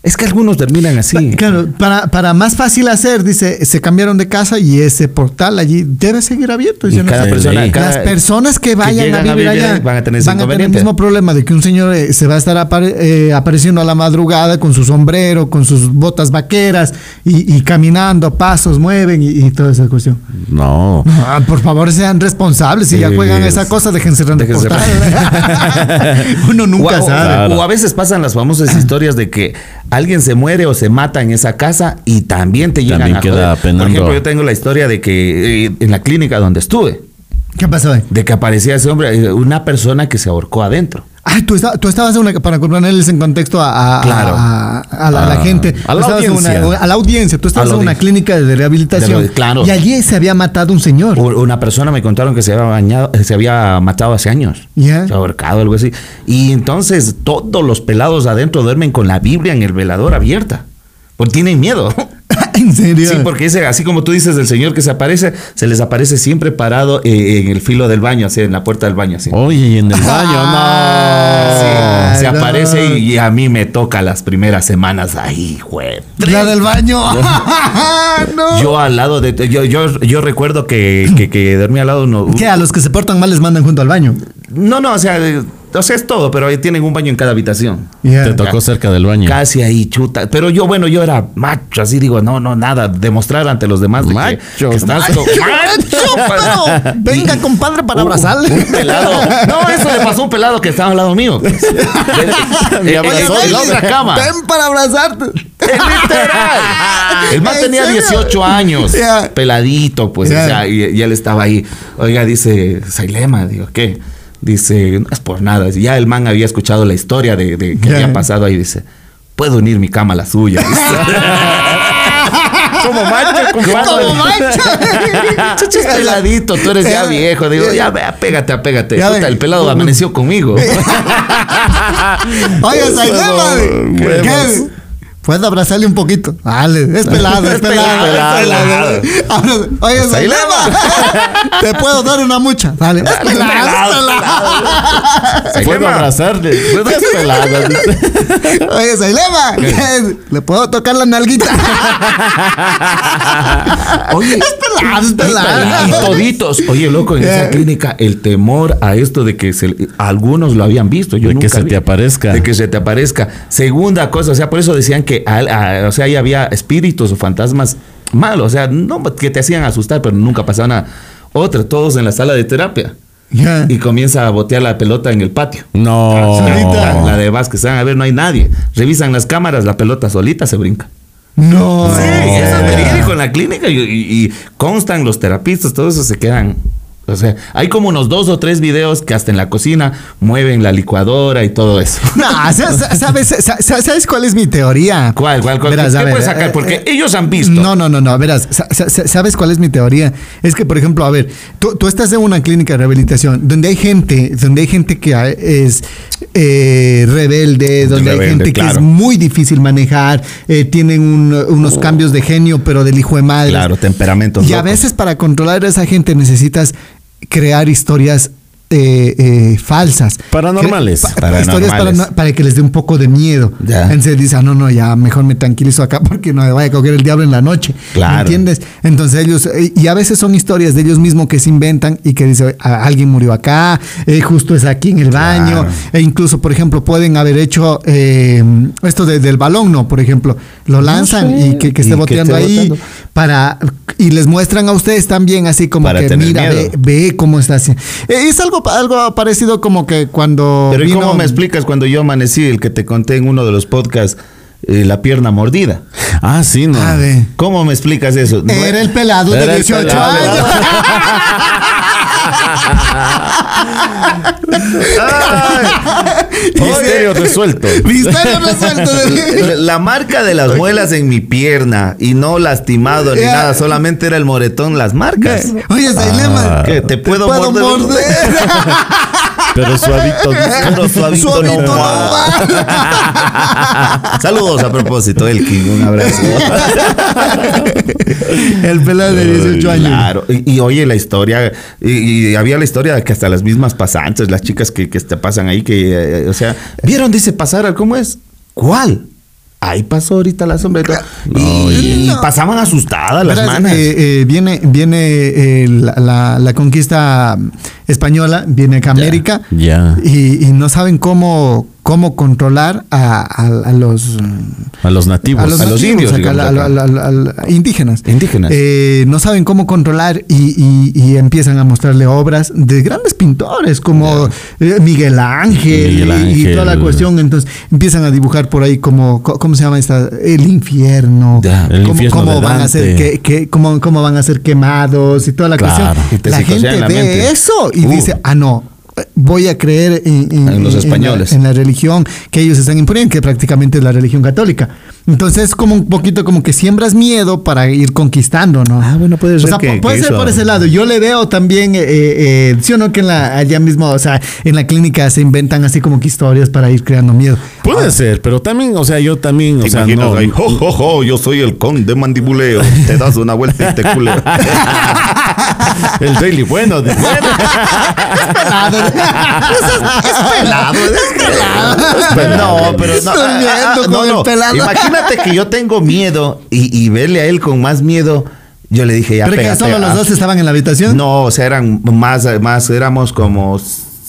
Es que algunos terminan así.
Pa- Claro, para, para más fácil hacer, dice, se cambiaron de casa y ese portal allí debe seguir abierto.
Y
dice, no
cada
sé.
persona,
Sí.
cada-
Las personas que vayan a
llegan
vivir, allá
ahí van a tener ese
el
inconveniente.
mismo problema de que un señor eh, se va a estar apare- eh, apareciendo a la madrugada con su sombrero, con sus botas vaqueras y, y caminando, pasos mueven y, y toda esa cuestión.
No.
Ah, por favor, sean responsables. Si ya juegan
Es-
esa cosa, déjense cerrar
Déjense
[LAUGHS]
[LAUGHS]
Uno nunca
o, o-
sabe.
Claro.
o a veces pasan las famosas historias de que alguien se muere o se mata en esa casa y también te llegan
También
a
queda
joder.
penando.
Por ejemplo, yo tengo la historia de que eh, en la clínica donde estuve,
¿Qué pasó ahí?
de que aparecía ese hombre, eh, una persona que se ahorcó adentro.
Ah, tú, esta- tú estabas en una, para ponerles en contexto a, a-
Claro.
a- a la, a la
Ah,
gente.
a la
Estabas en una-
audiencia.
a la audiencia. Tú estabas
A la
en una
audiencia.
clínica de rehabilitación.
De lo- claro.
Y allí se había matado un señor.
O- Una persona me contaron que se había bañado, eh, se había matado hace años.
Ya.
Se ha ahorcado, algo así. Y entonces todos los pelados adentro duermen con la Biblia en el velador abierta. Porque tienen miedo. [LAUGHS]
¿En [LAUGHS] ¿En serio?
Sí, porque ese, así como tú dices del señor que se aparece, se les aparece siempre parado eh, en el filo del baño, así en la puerta del baño, así.
Oye, y en el baño, no.
Ah,
se
Oh, no.
aparece y, y a mí me toca las primeras semanas ahí, güey.
La del baño. [LAUGHS] no.
Yo al lado de. Yo, yo, yo recuerdo que, que, que dormí al lado uno.
¿Qué? A los que se portan mal les mandan junto al baño.
No, no, o sea, eh, o sea, es todo, pero ahí tienen un baño en cada habitación.
Ya.
Te tocó cerca del baño.
Casi ahí, chuta. Pero yo, bueno, yo era macho, así digo, no, no, nada, demostrar ante los demás de que-
Macho.
que, estás co- macho, pues. Uh,
Chúpalo. Venga, compadre, para
Un
[LAUGHS] abrazarle.
pelado. No, eso le pasó a un pelado que estaba al lado mío. pues.
Me
Eh,
abrazó
en
el
la
hombre.
cama.
Ven para abrazarte. [LAUGHS]
Literal. El man
¿En
tenía
serio?
18 años,
Ya.
peladito, pues,
Ya.
o sea, y, y él estaba ahí. Oiga, dice, Sailema, digo, ¿qué? Dice, no es por nada. Dice, Ya el man había escuchado la historia de, de que
Ya.
había pasado ahí, dice, puedo unir mi cama a
[LAUGHS]
la suya. Como macho,
Como [LAUGHS]
Chucho, es peladito, tú eres ya
Ya.
viejo. Digo, ya, ve, apégate, apégate.
Ya
Puta,
ve.
el pelado
[LAUGHS]
amaneció conmigo.
Oye,
[LAUGHS]
Sailema.
Huevos.
¿Qué? Puedo abrazarle un poquito. Dale, es pelado, es pelado.
pelado,
es pelado. Abra- Oye,
Sailema.
Sailema. [LAUGHS] Te puedo dar una mucha. Dale, es pelado, es pelado.
Puedo
Sailema.
abrazarle. Puedo
Oye, Sailema. ¿qué? ¿Le puedo tocar la nalguita?
[LAUGHS] Oye,
Es pelado, es pelado.
Y toditos. Oye, loco, en esa
Eh.
clínica, el temor a esto de que se- algunos lo habían visto. Yo
De que
nunca
se
vi.
te aparezca.
De que se te aparezca. Segunda cosa, o sea, por eso decían que al- a- o sea, ahí había espíritus o fantasmas malos. O sea, no que te hacían asustar, pero nunca pasaba nada. Otra, todos en la sala de terapia.
Ya.
Y comienza a botear la pelota en el patio.
No.
La, la de Vázquez, a ver, no hay nadie. Revisan las cámaras, la pelota solita se brinca.
No.
Sí, eso es
Ya.
verídico en la clínica y, y- y constan los terapistas, todo eso se quedan. O sea, hay como unos dos o tres videos que hasta en la cocina mueven la licuadora y todo eso.
No,
[LAUGHS]
sa- sa- ¿sabes, sa- sa- ¿sabes cuál es mi teoría?
¿Cuál, cuál, cuál?
Verás,
¿Qué
a ver,
puedes sacar?
eh,
Porque
eh,
ellos han visto.
No, no, no, no. Verás, sa- sa- sa- ¿sabes cuál es mi teoría? Es que, por ejemplo, a ver, tú, tú estás en una clínica de rehabilitación donde hay gente, donde hay gente que a- es eh, rebelde, donde hay
Rebelde,
gente que es
claro. Oh.
muy difícil manejar, eh, tienen un- unos cambios de genio, pero del hijo de madre.
Claro, temperamentos
eh, Y a
locos.
veces para controlar a esa gente necesitas crear historias. eh, eh, falsas.
Paranormales.
Cre- pa-
Paranormales.
Historias parano- para que les dé un poco de miedo.
Ya.
Entonces dice, ah, no, no, ya mejor me tranquilizo acá [LAUGHS] porque no me vaya a coger el diablo en la noche.
Claro.
¿Me entiendes? Entonces ellos, eh, y a veces son historias de ellos mismos que se inventan y que dice, "A- alguien murió acá, eh, justo es aquí en el baño. E incluso, por ejemplo, pueden haber hecho eh, esto de- del balón, ¿no? Por ejemplo, lo lanzan
sé.
y que, que esté
Y que
boteando
esté
ahí
boteando.
para y les muestran a ustedes también así como
Para
que
tener
mira, ve,
miedo.
ve cómo está haciendo. Eh, es algo, algo parecido como que cuando
Pero ¿y
vino-
cómo me explicas cuando yo amanecí, el que te conté en uno de los podcasts, eh, la pierna mordida?
Ah, sí, no.
A ver.
¿Cómo me explicas eso? No-
Era el pelado
Era
de
el
18
pelado. [LAUGHS]
años.
Ah.
[LAUGHS]
Misterio resuelto.
Misterio
[LAUGHS]
resuelto de-
La- La marca de las muelas en mi pierna y no lastimado ni
Ya.
nada, solamente era el moretón, las marcas.
Oye, Sailema.
Que te puedo, morder. [LAUGHS]
Pero suavito.
Pero [LAUGHS] suavito,
Suavito
no
no
va. Saludos a propósito, Elkin, un [LAUGHS] abrazo.
[LAUGHS] El pelado de 18 años.
Claro, y, y oye la historia, y, y había la historia de que hasta las mismas pasantes, las chicas que, que te pasan ahí, que, eh, o sea, vieron, dice pasar, ¿cómo es? ¿Cuál? Ahí pasó ahorita la sombra. y todo. y, y pasaban asustadas las
Verás,
manas.
eh, eh, viene viene eh, la, la- la conquista española, viene acá a América.
Ya.
Y, y no saben cómo, cómo controlar a, a- a los.
A los nativos.
A los,
a los
nativos,
indios,
acá,
digamos,
a- a- a- a- a- indígenas.
Indígenas.
Eh, no saben cómo controlar y, y- y empiezan a mostrarle obras de grandes pintores como eh, Miguel
Miguel
Ángel, y- y
Ángel.
toda la cuestión. Entonces empiezan a dibujar por ahí como, co- ¿cómo se llama esta? El infierno.
Ya, el
cómo,
infierno
cómo
de
van a ser
Dante.
que, que- cómo, cómo van a ser quemados y toda la
Claro.
Y
cuestión.
te
la gente
psicosean la
ve
mente.
eso y
Uh.
dice, ah, no. Voy a creer en,
En los
la-
españoles.
en la religión que ellos están imponiendo, que prácticamente es la religión católica. Entonces, como un poquito como que siembras miedo para ir conquistando, ¿no?
Ah, bueno, puede
O
ser
sea,
que-
pu- puede
que
ser
eso-
por ese lado. Yo le veo también, eh, eh, sí o no, que en la, allá mismo, o sea, en la clínica se inventan así como que historias para ir creando miedo.
Puede
[LAUGHS]
ser, pero también, o sea, yo también, o
¿Te
sea,
imaginas
no,
ahí? Jo, jo, jo, yo soy el con de mandibuleo. Te das una vuelta y te [LAUGHS] culeo.
el daily bueno,
[LAUGHS]
de-
Pelado. Eso es, es pelado, es pelado.
no, pero no.
Estoy
ah, ah,
viendo
ah,
con el pelado.
Imagínate que yo tengo miedo y, y verle a él con más miedo. Yo le dije, ya
Pero que
pégate
solo
a-
los dos estaban en la habitación.
No, o sea, eran más, más, éramos como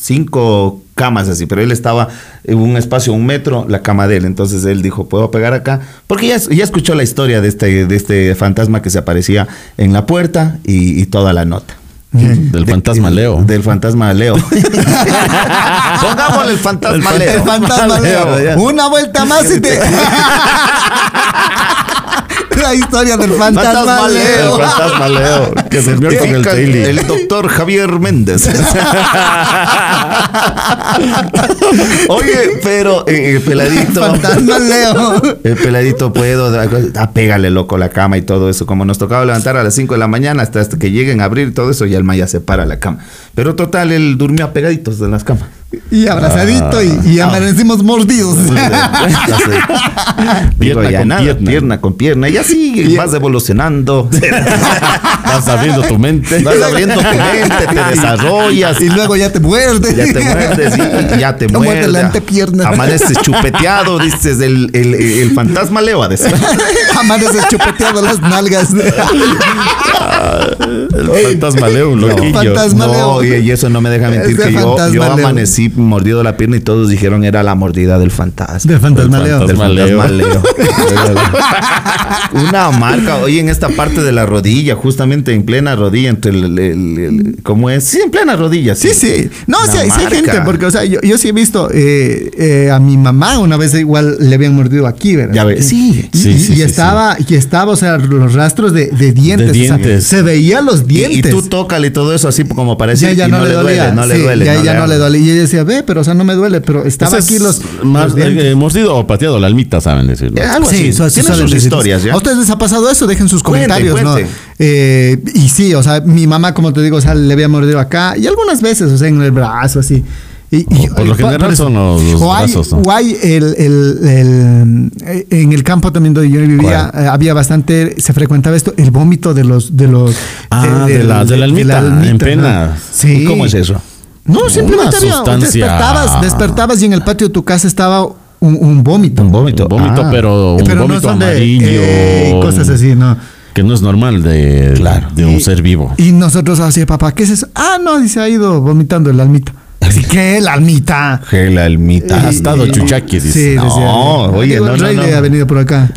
cinco camas así, pero él estaba en un espacio, un metro, la cama de él. Entonces él dijo, ¿puedo pegar acá? Porque ya, ya escuchó la historia de este, de este fantasma que se aparecía en la puerta y, y toda la nota.
del fantasma
De-
Leo.
Del fantasma Leo. Pongámosle el fantasma Leo.
El fantasma
Leo, ya.
Leo. Una vuelta más y
[LAUGHS]
te. La historia del fantasma Leo.
El fantasma Leo. Que se
durmió con el
identifica
Daily.
El doctor Javier Méndez. Oye, pero eh, eh, peladito.
Fantasma Leo.
El peladito puedo, ah, pégale loco la cama y todo eso. Como nos tocaba levantar a las 5 de la mañana hasta, hasta que lleguen a abrir todo eso, ya el Maya se para la cama. Pero total, él durmió apegaditos en las camas.
Y abrazadito y,
Ah.
y amanecimos mordidos.
[LAUGHS] Digo,
Pierna
ya
con
nada,
pierna.
pierna con pierna, y así vas [LAUGHS] evolucionando.
Vas abriendo tu
[LAUGHS]
mente.
Vas abriendo tu mente, te desarrollas.
Y luego ya te muerdes.
Ya te muerdes, sí, ya te
Te muerde
muerdes.
la antepierna.
Amaneces [LAUGHS] chupeteado, dices el, el, el fantasma Leo. a decir.
[LAUGHS] Amaneces chupeteando las
[LAUGHS]
nalgas.
El fantasma Leo, un loquillo.
fantasma
No,
Leo.
y, y eso no me deja mentir
Ese
que yo,
fantasma
yo
Leo.
amanecí mordido la pierna y todos dijeron era la mordida del fantasma.
Del fantasma
Leo.
Del
Fantasma
[LAUGHS]
fantasma
Leo.
Leo. Una marca, oye, en esta parte de la rodilla, justamente en plena rodilla, entre el, el- el- ¿cómo es? Sí, en plena rodilla.
Sí, sí. No,
Una
sí, hay- sí hay
marca.
gente, porque, o sea, yo, yo sí he visto eh, eh, a mi mamá una vez igual le habían mordido aquí, ¿verdad?
Ya ve- sí,
Y,
sí,
y-
sí,
y
sí,
estaba, y estaba, o sea, los rastros de, de dientes. o sea,
dientes.
se veían los
Y, y
dientes.
tú tócale todo eso así como parece
ya, ya
y
no, le dolía.
duele, no le
sí,
duele.
Ya, ya no le
hace.
dolía. Y ella decía, ve, pero o sea, no me duele, pero estaba
Ese es
aquí los.
más,
los dientes".
eh, mordido o pateado la almita, saben decirlo.
Ya, algo así.
su-
Tienen
su-
sus
su-
historias, ¿ya?
¿A ustedes les ha pasado eso? Dejen sus
Cuenten,
comentarios,
cuenten.
¿no? Eh, y sí, o sea, mi mamá, como te digo, o sea, le había mordido acá y algunas veces, o sea, en el brazo, así. Y, y-
O- por lo
y-
general
por eso-
son los- los
o hay,
brazos, ¿no?
o hay el, el- el- eh, en el campo también donde yo vivía, eh, había bastante, se frecuentaba esto, el vómito de los, de los.
Ah,
Eh,
de la- de la almita, en
¿no?
pena.
Sí.
¿Cómo es eso?
No, simplemente había-
sustancia.
despertabas, despertabas y en el patio de tu casa estaba un, un vómito.
Un vómito.
Un vómito,
Ah.
pero un
Pero no
vómito
son de,
amarillo.
eh, cosas así, no.
Que no es normal de,
Claro.
de un ser vivo.
Y nosotros así, papá, ¿qué es eso? Ah, no, dice, ha ido vomitando el almita. Así que el almita.
Gel almita.
Ha estado chuchaqui, dice.
Sí,
No,
decía,
oye,
digo,
no,
el
no,
rey
no.
le ha venido por acá.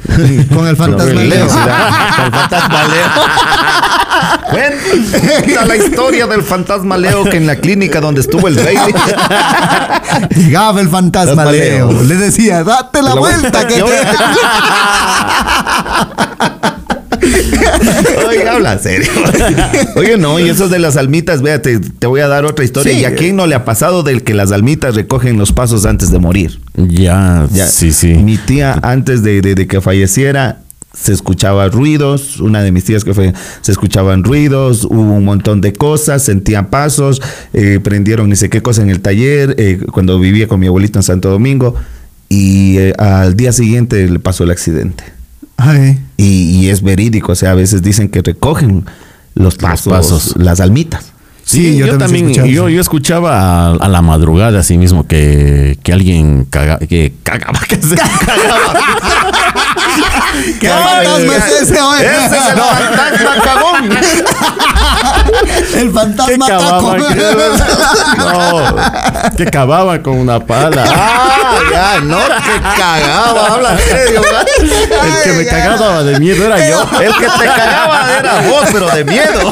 Con
[LAUGHS]
el fantasma Leo. [LAUGHS]
El fantasma [LAUGHS] Leo. Cuenta la historia del fantasma Leo que en la clínica donde estuvo el rey. [LAUGHS]
Llegaba el fantasma
Fantasma
Leo.
Leo.
Le decía, date la,
La vuelta
vuelta que
que
te...
[LAUGHS] Oye, habla en
[LAUGHS]
serio. Oye, no, y eso de las almitas, vea, te, te voy a dar otra historia.
Sí.
¿Y a quién no le ha pasado del que las almitas recogen los pasos antes de morir?
Ya,
Ya,
sí, sí.
Mi tía, antes de, de- de que falleciera, se escuchaba ruidos. Una de mis tías que fue, se escuchaban ruidos, hubo un montón de cosas, sentían pasos, eh, prendieron ni sé qué cosa en el taller, eh, cuando vivía con mi abuelito en Santo Domingo. Y eh, al día siguiente le pasó el accidente.
[LAUGHS] Ay,
Y, y es verídico, o sea, a veces dicen que recogen los pasos,
pasos.
las almitas.
Sí,
Sí,
yo,
yo
también,
también he escuchado
yo,
eso.
yo escuchaba a, a la madrugada así mismo que, que alguien caga, que cagaba, [LAUGHS] que se cagaba.
[LAUGHS] ¿Qué fantasma es ese, oye? [LAUGHS]
fantasma cagón.
El
que
fantasma taco.
cavaba, que, no, que cavaba con una pala.
Ah, ya, no te cagaba, habla serio, ¿verdad?
El que me cagaba de miedo era yo.
El que te cagaba era vos, pero de miedo.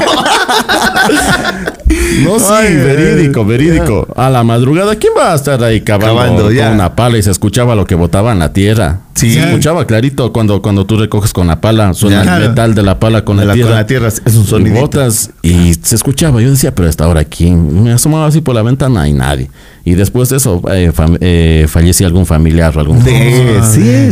No, sí,
Ay, eh.
verídico, verídico. A la madrugada, ¿quién va a estar ahí cavando,
Cavando,
con
ya.
una pala y se escuchaba lo que botaba en la tierra?
Sí.
Se escuchaba clarito cuando, cuando tú recoges con la pala, suena
Ya.
el metal de la pala con
De
la,
la- con
tierra.
la tierra, es un
Y
sonidito.
botas y se escuchaba. Yo decía, pero hasta ahora aquí me asomaba así por la ventana y nadie. Y después de eso eh, fam- eh, fallecía algún familiar o algún
De- sí,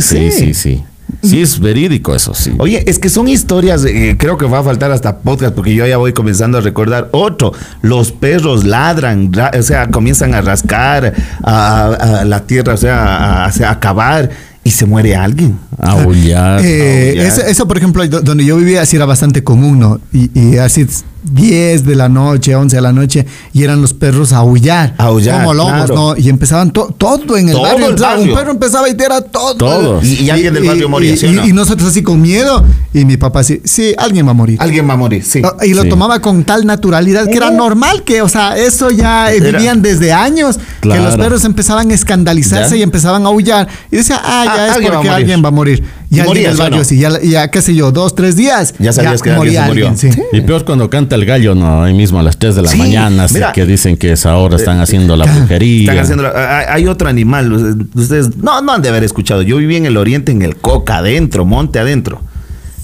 sí,
sí.
sí, sí. Sí, es verídico eso, sí.
Oye, es que son historias, eh, creo que va a faltar hasta podcast, porque yo ya voy comenzando a recordar otro. Los perros ladran, ra- o sea, comienzan a rascar a, a la tierra, o sea, a, a- a acabar, y se muere alguien.
Ah, Aullar.
Eh,
Ah, no, ya.
eso, eso, por ejemplo, do- donde yo vivía, así era bastante común, ¿no? Y, y así es 10 de la noche, 11 de la noche, y eran los perros a aullar.
Aullar,
Como lobos,
claro.
¿no? Y empezaban to- todo en el
Todo
barrio.
el
entraba,
barrio.
Un perro empezaba y te era todo.
Todo.
Y, y alguien del barrio
y-
moría,
y-
¿sí o no?
y nosotros así con miedo. Y mi papá así, sí, alguien va a morir.
Alguien va a morir, sí.
Ah, Y lo
Sí.
tomaba con tal naturalidad que era normal que, o sea, eso ya eh,
Era-
vivían desde años,
Claro.
que los perros empezaban a escandalizarse
¿Ya?
y empezaban a aullar. Y decía, ah,
Ah,
ya es
alguien va a
porque
morir.
alguien va a morir. Y
Y
alguien
morías,
del
¿o
barrio,
no?
sí, ya, ya, qué sé yo, dos, tres días.
Ya sabías que
moría
alguien se murió.
sí.
Y peor cuando canta el gallo, no, ahí mismo a las 3 de la
Sí,
mañana, así
mira. Eh,
que dicen que es ahora están haciendo la brujería.
Están haciendo la- hay- hay otro animal. Ustedes no, no han de haber escuchado. Yo viví en el oriente, en el coca, adentro, monte adentro.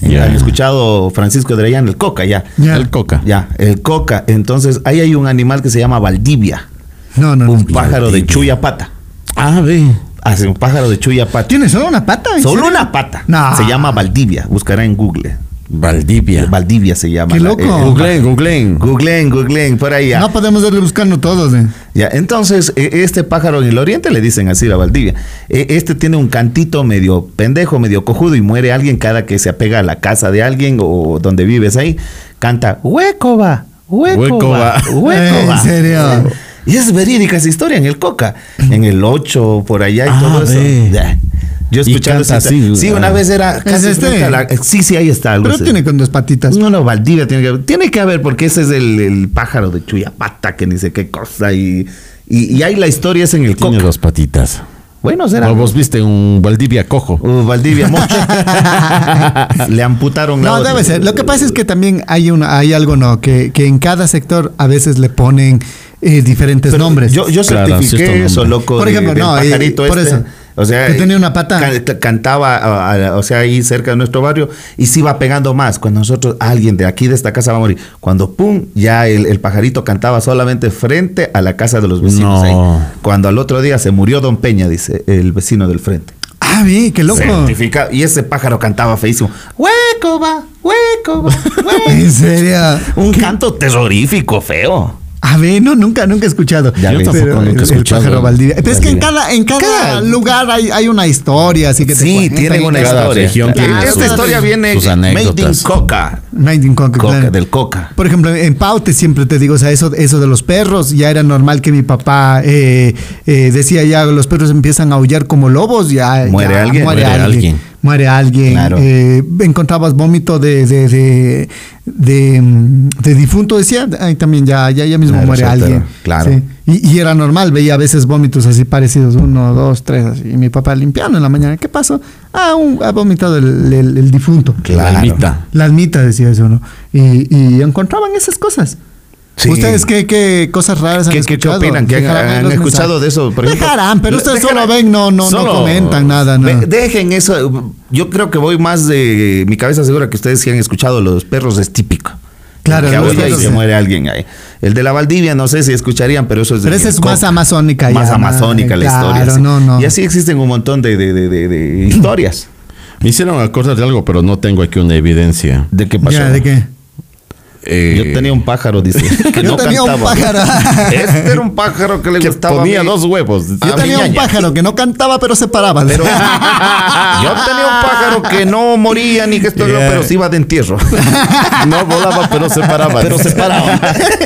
Eh,
Ya.
Han escuchado Francisco de en el coca, ya.
Ya.
El coca.
Ya, el coca. Entonces, ahí hay un animal que se llama Valdivia.
No, no, no.
Un pájaro de chuya pata.
Ah, ve.
Hace un pájaro de chuya pata.
¿Tiene solo una pata? ¿En
Solo
serio?
una pata.
No.
Se llama Valdivia. Buscará en Google.
Valdivia.
Valdivia se llama.
Qué
la- eh,
loco.
el- el pájaro.
Googleen, googleen.
Googleen, googleen, por ahí ya.
No podemos irle buscando todos. eh.
Ya, entonces, e- este pájaro en el oriente le dicen así a Valdivia. E- Este tiene un cantito medio pendejo, medio cojudo y muere alguien cada que se apega a la casa de alguien o donde vives ahí. Canta, huecoba, huecoba,
Huecoba".
huecoba.
[LAUGHS] ¿En serio?
Y es verídica esa historia en el Coca, en el 8, por allá y
Ah,
todo eso.
ve.
Ya. Yo
Y
escuchando
canta
esa-
así,
Sí, una
ah.
vez era casi
este?
frente a la- Sí, sí, ahí está. algo
Pero
así.
tiene con dos patitas.
No, no, Valdivia tiene que haber. Tiene que haber, porque ese es el, el pájaro de Chuyapata, que ni sé qué cosa. Y, y, y ahí la historia es en el
Tiene
coca.
dos patitas.
Bueno, será.
O vos viste un Valdivia cojo.
Uh, Valdivia, mocho.
[LAUGHS]
Le amputaron la
No,
otra.
debe ser. Lo que pasa es que también hay una, hay algo, ¿no? Que, que en cada sector a veces le ponen eh, diferentes
Pero
nombres.
Yo, yo
Claro, sí
certifiqué
está un
eso,
nombre.
loco.
Por
de-
ejemplo,
del
no, y-
pajarito
por
este.
eso.
O sea,
Que
eh,
tenía una pata.
can- cantaba, a- a- o sea, ahí cerca de nuestro barrio y se iba pegando más. Cuando nosotros, alguien de aquí de esta casa va a morir. Cuando pum, ya el, el pajarito cantaba solamente frente a la casa de los vecinos.
No.
ahí. Cuando al otro día se murió Don Peña, dice el vecino del frente.
Ah, vi, qué loco.
Certificado. Y ese pájaro cantaba feísimo. Hueco va, hueco va,
En
hueco".
serio.
Un canto terrorífico, feo.
A ver, no, nunca, nunca he escuchado.
Ya ves.
Pero
Tampoco nunca he
el- el
escuchado.
pájaro Valdivia. Pero es que en
Valdivia.
cada, en cada,
Cada-
lugar hay, hay una historia, así que te
Sí,
cuentan
tienen
y
una
cada-
Cada
historia.
región
Claro.
tiene
Esta
sus-
historia viene
sus
Made in
anécdotas.
Coca.
Night in Coca,
Coca,
claro.
del Coca.
Por ejemplo, en Paute siempre te digo, o sea, eso, eso de los perros, ya era normal que mi papá eh, eh, decía ya los perros empiezan a aullar como lobos, ya
Muere
ya
alguien.
muere,
Muere
alguien,
alguien.
muere alguien.
Claro.
eh, encontrabas vómito de de, de, de, mm, de difunto, decía, ahí también ya, ya, ya mismo
Claro,
muere
soltero,
alguien.
claro.
Sí. Y, y era normal, veía a veces vómitos así parecidos, uno, dos, tres, así. Y mi papá limpiando en la mañana, ¿qué pasó? Ah, un- ha vomitado el, el- el difunto.
Claro.
Almita.
La almita decía eso, ¿no? Y, y encontraban esas cosas.
Sí.
¿Ustedes qué, qué cosas raras han
¿Qué- qué- qué
escuchado?
opinan? ¿Qué han-
Dejarán en
han
los
escuchado
mensajes.
de eso? Por ejemplo,
Dejarán, pero
le-
ustedes
dejarán-
solo ven, no, no,
solo-
no comentan nada, ¿no?
Ve- Dejen eso. Yo creo que voy más de. Mi cabeza segura que ustedes sí han escuchado los perros es típico.
Claro,
que
los
aúlla y
perros,
se
sí.
muere alguien ahí. El de la Valdivia, no sé si escucharían, pero eso es de.
Pero esa es más
Coca.
amazónica ya,
Más amazónica la
claro,
historia. sí.
no, no.
Y así existen un montón de, de- de- de- de historias.
Me hicieron acordar de algo, pero no tengo aquí una evidencia.
¿De qué pasó?
Ya, ¿de qué?
Eh,
Yo tenía un pájaro, dice. [LAUGHS] Que
Yo
no
tenía un
cantaba. [LAUGHS]
pájaro.
Este era un pájaro que le
que
gustaba. a
ponía
mí.
dos
[LAUGHS]
huevos.
Ah,
Yo
A
tenía
mí,
un
ñaña.
pájaro que no cantaba, pero se paraba.
Pero [LAUGHS] yo tenía un pájaro que no moría ni que esto,
Yeah.
pero se iba de [LAUGHS] entierro.
No volaba, pero se paraba.
Pero se paraba.
[LAUGHS]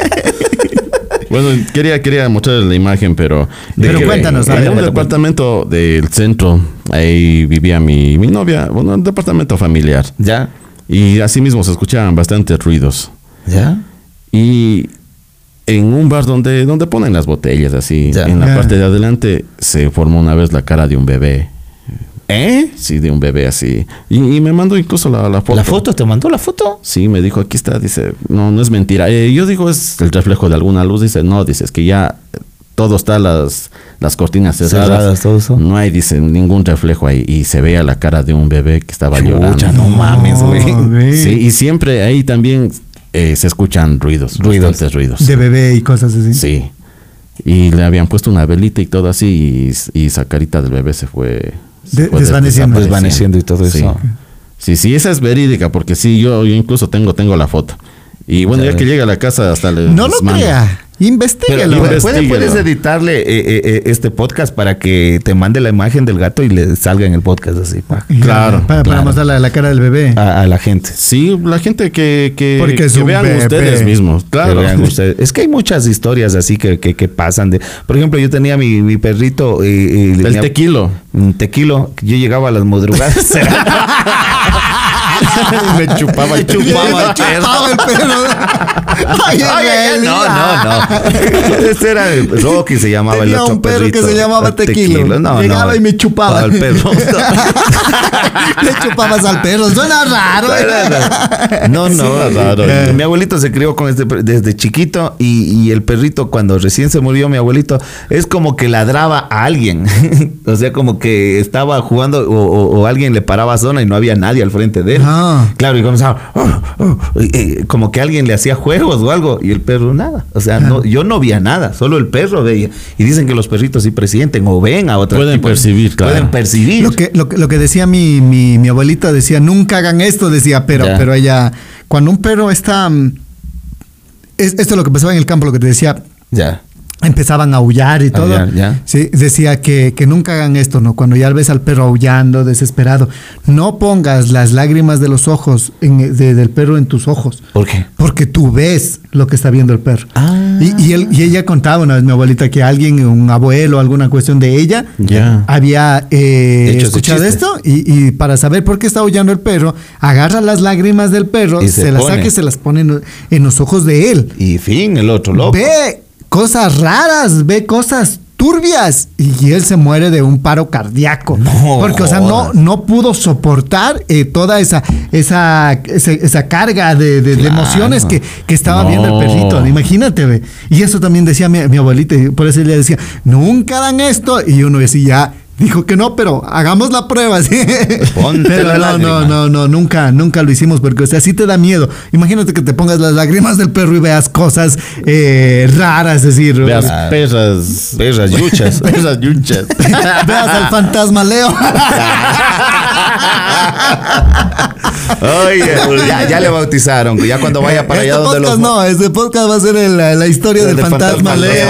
Bueno, quería, quería mostrarles la imagen, pero...
Pero
Eh,
cuéntanos, a ver,
En un
cuéntanos.
departamento del centro, ahí vivía mi, mi novia, bueno, un departamento familiar.
[LAUGHS] ¿Ya?
Y así mismo se escuchaban bastantes ruidos.
¿Ya?
Y en un bar donde, donde ponen las botellas, así,
Ya.
en la
Ya.
parte de adelante, se formó una vez la cara de un bebé.
¿Eh?
Sí, de un bebé así. Y, y me mandó incluso la, la foto.
¿La foto? ¿Te mandó la foto?
Sí, me dijo, aquí está, dice, no, no es mentira. Eh, yo digo, es el reflejo de alguna luz, dice, no, dice, es que ya todo está las, las cortinas cerradas.
Cerradas, todo eso.
No hay, dice, ningún reflejo ahí. Y se veía la cara de un bebé que estaba
Chucha,
llorando.
no mames, güey.
güey.
Sí, y siempre ahí también eh, se escuchan ruidos,
Ruidos.
bastantes ruidos.
De bebé y cosas así.
Sí. Y le habían puesto una velita y todo así, y, y esa carita del bebé se fue,
De-
Pues,
desvaneciendo.
desvaneciendo y todo
Sí.
eso.
Sí, sí, esa es verídica, porque sí, yo, yo incluso tengo, tengo la foto. Y bueno,
Ya
ya que
ves.
llega a la casa hasta le
No lo
les mando.
crea. Investíguelo.
Pero-
Puedes-
Investíguelo.
puedes editarle eh, eh, eh, este podcast para que te mande la imagen del gato y le salga en el podcast así pa,
Claro,
Para, para
claro.
mostrarle la cara del bebé.
a, a la gente.
Sí, la gente que, que,
Porque
que
es un
vean
bebé.
ustedes mismos.
Que
Claro.
vean ustedes. Es que hay muchas historias así que, que- que pasan. De, por ejemplo, yo tenía mi, mi perrito. eh, eh,
[LAUGHS] El
tenía- [LAUGHS]
tequilo.
Un tequilo. Yo llegaba a
[LAUGHS]
las madrugadas.
[LAUGHS] Me chupaba
[LAUGHS]
el
Chupaba el pelo. Ay,
[LAUGHS] Ay, ay, ay, no, no, no.
[LAUGHS]
Ese era el Rocky, se llamaba el
Tenía
otro
un perro que
perrito.
se llamaba Tequilo.
No,
Llegaba
no.
y me chupaba.
Al perro.
[LAUGHS] Le chupabas al perro. Suena raro. ¿eh?
[LAUGHS] No, no,
Sí.
raro.
Eh.
Mi abuelito se crió con este per- desde chiquito y, y el perrito cuando recién se murió mi abuelito es como que ladraba a alguien. [LAUGHS] o sea, como que estaba jugando o, o- o alguien le paraba zona y no había nadie al frente de él.
Ah.
Claro, y comenzaba "Oh, oh", y- y como que alguien le hacía juegos o algo y el perro nada. O sea, no, yo no veía nada, solo el perro veía. Y dicen que los perritos sí presienten o ven a otras
Pueden percibir, claro.
Pueden percibir.
Lo que, lo, que- lo que decía mi, mi, mi abuelita, decía, nunca hagan esto, decía, pero,
Ya.
pero ella, cuando un perro está... mm, es- esto es lo que pasaba en el campo, lo que te decía,
Ya.
empezaban a aullar y todo.
Aullar, Ah, ya.
Sí, decía que, que nunca hagan esto, ¿no? Cuando ya ves al perro aullando, desesperado, no pongas las lágrimas de los ojos, en- de- del perro en tus ojos.
¿Por qué?
Porque tú ves lo que está viendo el perro.
Ah.
Y, y él- y ella contaba una vez, mi abuelita, que alguien, un abuelo, alguna cuestión de ella,
Ya.
había eh,
Hecho ese
escuchado
chiste.
esto y, y para saber por qué está aullando el perro, agarra las lágrimas del perro,
Y
se,
se
las
pone.
saca y se las pone en, en los ojos de él.
Y fin, el otro loco.
Ve cosas raras, ve cosas turbias y él se muere de un paro cardíaco.
No
porque, o sea, no,
jodas.
no pudo soportar eh, toda esa, esa, esa, esa carga de, de- de
Claro.
emociones que, que estaba
No.
viendo el perrito. Imagínate, ve. Y eso también decía mi, mi abuelita, y por eso ella decía, nunca hagan esto. Y uno decía, dijo que no, pero hagamos la prueba. ¿sí? [LAUGHS]
Ponte
Pero
la
no, no,
lágrima.
no, no, nunca, nunca lo hicimos porque, o sea, sí te da miedo. Imagínate que te pongas las lágrimas del perro y veas cosas eh, raras, es decir,
Veas
[LAUGHS] veas,
perras.
Perras [LAUGHS] yuchas.
Ah. [LAUGHS] Perras yunchas.
al fantasma Leo.
Oye, pues ya, ya le bautizaron. Ya cuando vaya para
este
allá donde
podcast
los.
no, este podcast va a ser el- la, la historia del fantasma, Leo.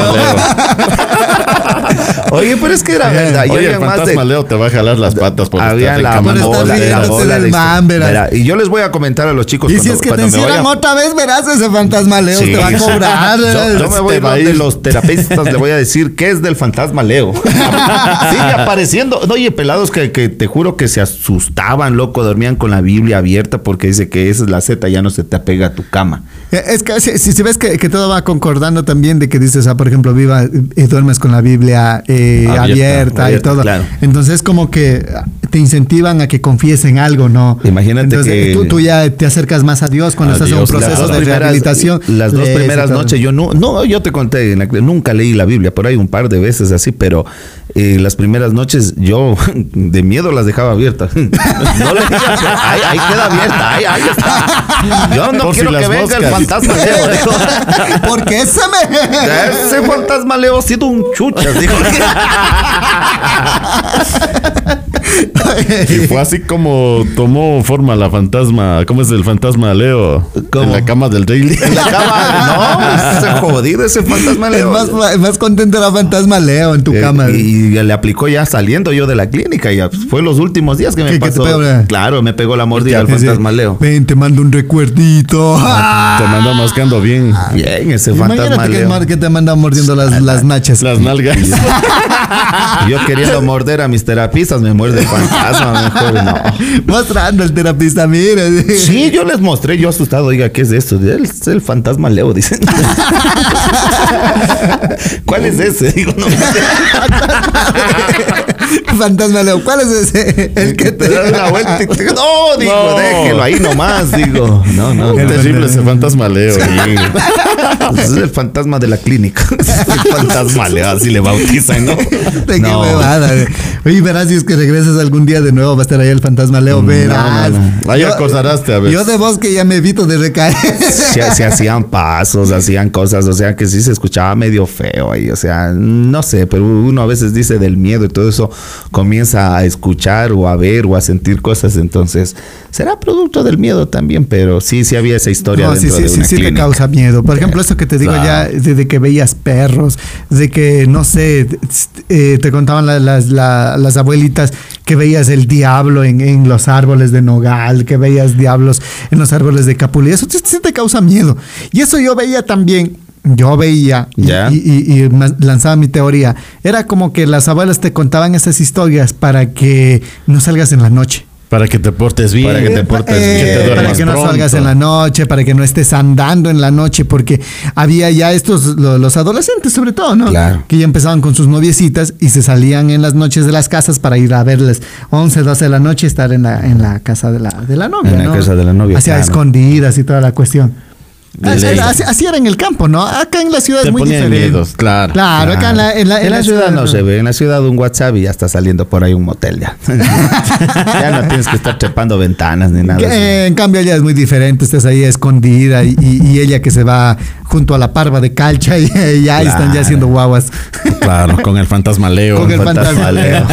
Oye, pero es que era verdad. Yo
Oye,
había
el
más
fantasma
de.
Leo te va a jalar las patas por
Había
estar
la
Por estar
reclamando.
bola, la
riéndote
bola
del
de
man,
historia.
verás.
Verá, Y yo les voy a comentar a los chicos.
Y si
cuando-
es que te
cuando me vaya-
encierran otra vez, verás ese fantasma Leo,
Sí.
te va a cobrar. Este
Yo, yo me voy
Te va a
donde
ir.
los terapistas, le voy a decir que es del
[LAUGHS]
fantasma Leo. Sigue apareciendo. No, Oye, pelados que, que te juro que se asustaban, loco, dormían con la Biblia abierta porque dice que esa es la Z, ya no se te apega a tu cama.
Eh, Es que si, si- si ves que, que todo va concordando también de que dices, ah, por ejemplo, viva, eh, duermes con la Biblia eh, abierta,
Abierta,
y
abierta,
todo.
claro.
Entonces es como que ah, te incentivan a que confíes en algo, ¿no?
Imagínate
Entonces, eh,
que-
Tú, tú ya te acercas más a Dios cuando
A
estás en un
Dios, las
proceso
dos
de
primeras-
rehabilitación.
Las dos
Lees y
primeras
todo. [LAUGHS]
noches yo no, no, yo te conté, en la- nunca leí la Biblia, por ahí un par de veces así, pero eh, las primeras noches yo [LAUGHS] de miedo las dejaba abiertas. [LAUGHS] No leía, pero ahí, ahí queda abierta, ahí, ahí está. Yo no
Por si
quiero que
las
venga el
moscas.
fantasma Leo.
[LAUGHS]
dijo.
Porque ese me...
Ese fantasma Leo ha sido un chuchas, dijo. [LAUGHS]
Y fue así como tomó forma la fantasma. ¿Cómo es el fantasma Leo?
¿Cómo?
En la cama del
[LAUGHS]
Rey Lear.
En la cama, no, se jodido ese fantasma
[LAUGHS] El
Leo.
más, el más contento era fantasma Leo en tu
Eh,
cama.
Y, le aplicó ya saliendo yo de la clínica. Ya fue los últimos días que me
¿Qué- qué te
pasó.
pegó, eh?
claro, me pegó la mordida al
Dice,
fantasma Leo.
Ven, te mando un recuerdito.
Te mandó mascando bien
Ah, Bien, ese fantasma
Imagínate que,
Leo.
mar- que te mandan mordiendo las, las nachas.
las nalgas.
Ah, Yo queriendo morder a mis terapistas, me muerde el fantasma. Mejor no.
[LAUGHS] Mostrando al terapista, mira.
Sí, yo les mostré, yo asustado, oiga, ¿qué es esto? Él Es el fantasma Leo, dicen. [LAUGHS] ¿Cuál es ese? Digo, no sé.
[LAUGHS] Fantasma Leo, ¿cuál es ese? El que te.
Te das la vuelta y te- No, digo,
No.
déjelo ahí nomás, digo. No, no,
Qué
no.
terrible ese fantasma Leo.
pues es el fantasma de la clínica. [LAUGHS] el fantasma, le, así le bautizan, ¿no?
¿De
No.
qué huevada, güey? Oye, verás, si es que regresas algún día de nuevo, va a estar ahí el fantasma Leo, verás.
no. Ahí acosaraste, a ver.
Yo de bosque ya me evito de recaer.
[LAUGHS] se, se hacían pasos, hacían cosas, o sea que sí se escuchaba medio feo ahí, o sea, no sé, pero uno a veces dice del miedo y todo eso comienza a escuchar o a ver o a sentir cosas, entonces será producto del miedo también, pero sí, sí había esa historia
No, sí,
dentro
sí,
de
sí,
una
sí te
clínica.
causa miedo. Por ejemplo, eso que te digo
Claro.
ya, de, de que veías perros, de que, no sé, eh, te contaban la- las, la- las abuelitas que veías el diablo en, en los árboles de nogal, que veías diablos en los árboles de capulí. Eso sí, sí te causa miedo. Y eso yo veía también. Yo veía y-
Ya.
y, y- y ma- lanzaba mi teoría. Era como que las abuelas te contaban esas historias para que no salgas en la noche.
Para que te portes bien. Eh,
Para que te portes bien, te duermas
eh, para que no
pronto.
salgas en la noche, para que no estés andando en la noche, porque había ya estos, lo- los adolescentes sobre todo, ¿no?
Claro.
Que ya empezaban con sus noviecitas y se salían en las noches de las casas para ir a verles 11, 12 de la noche y estar en la, en la casa de la, de la novia,
En la
¿no?
casa de la novia,
Hacia
claro.
escondidas y toda la cuestión.
De
Así,
ley.
así- así era en el campo, ¿no? Acá en la ciudad
Te
es muy
ponían
diferente.
miedos, claro,
Claro, acá en la, en la- en la
ciudad no se ve, en la ciudad un WhatsApp y ya está saliendo por ahí un
[LAUGHS]
motel ya. ya no tienes que estar trepando ventanas ni nada.
Que,
así.
eh, en cambio ella es muy diferente, estás ahí escondida y, y- y ella que se va junto a la parva de calcha y, y ahí están ya
Claro.
haciendo guaguas. [LAUGHS]
Claro, con el fantasma Leo.
Con el
Fantasma-
fantasma Leo.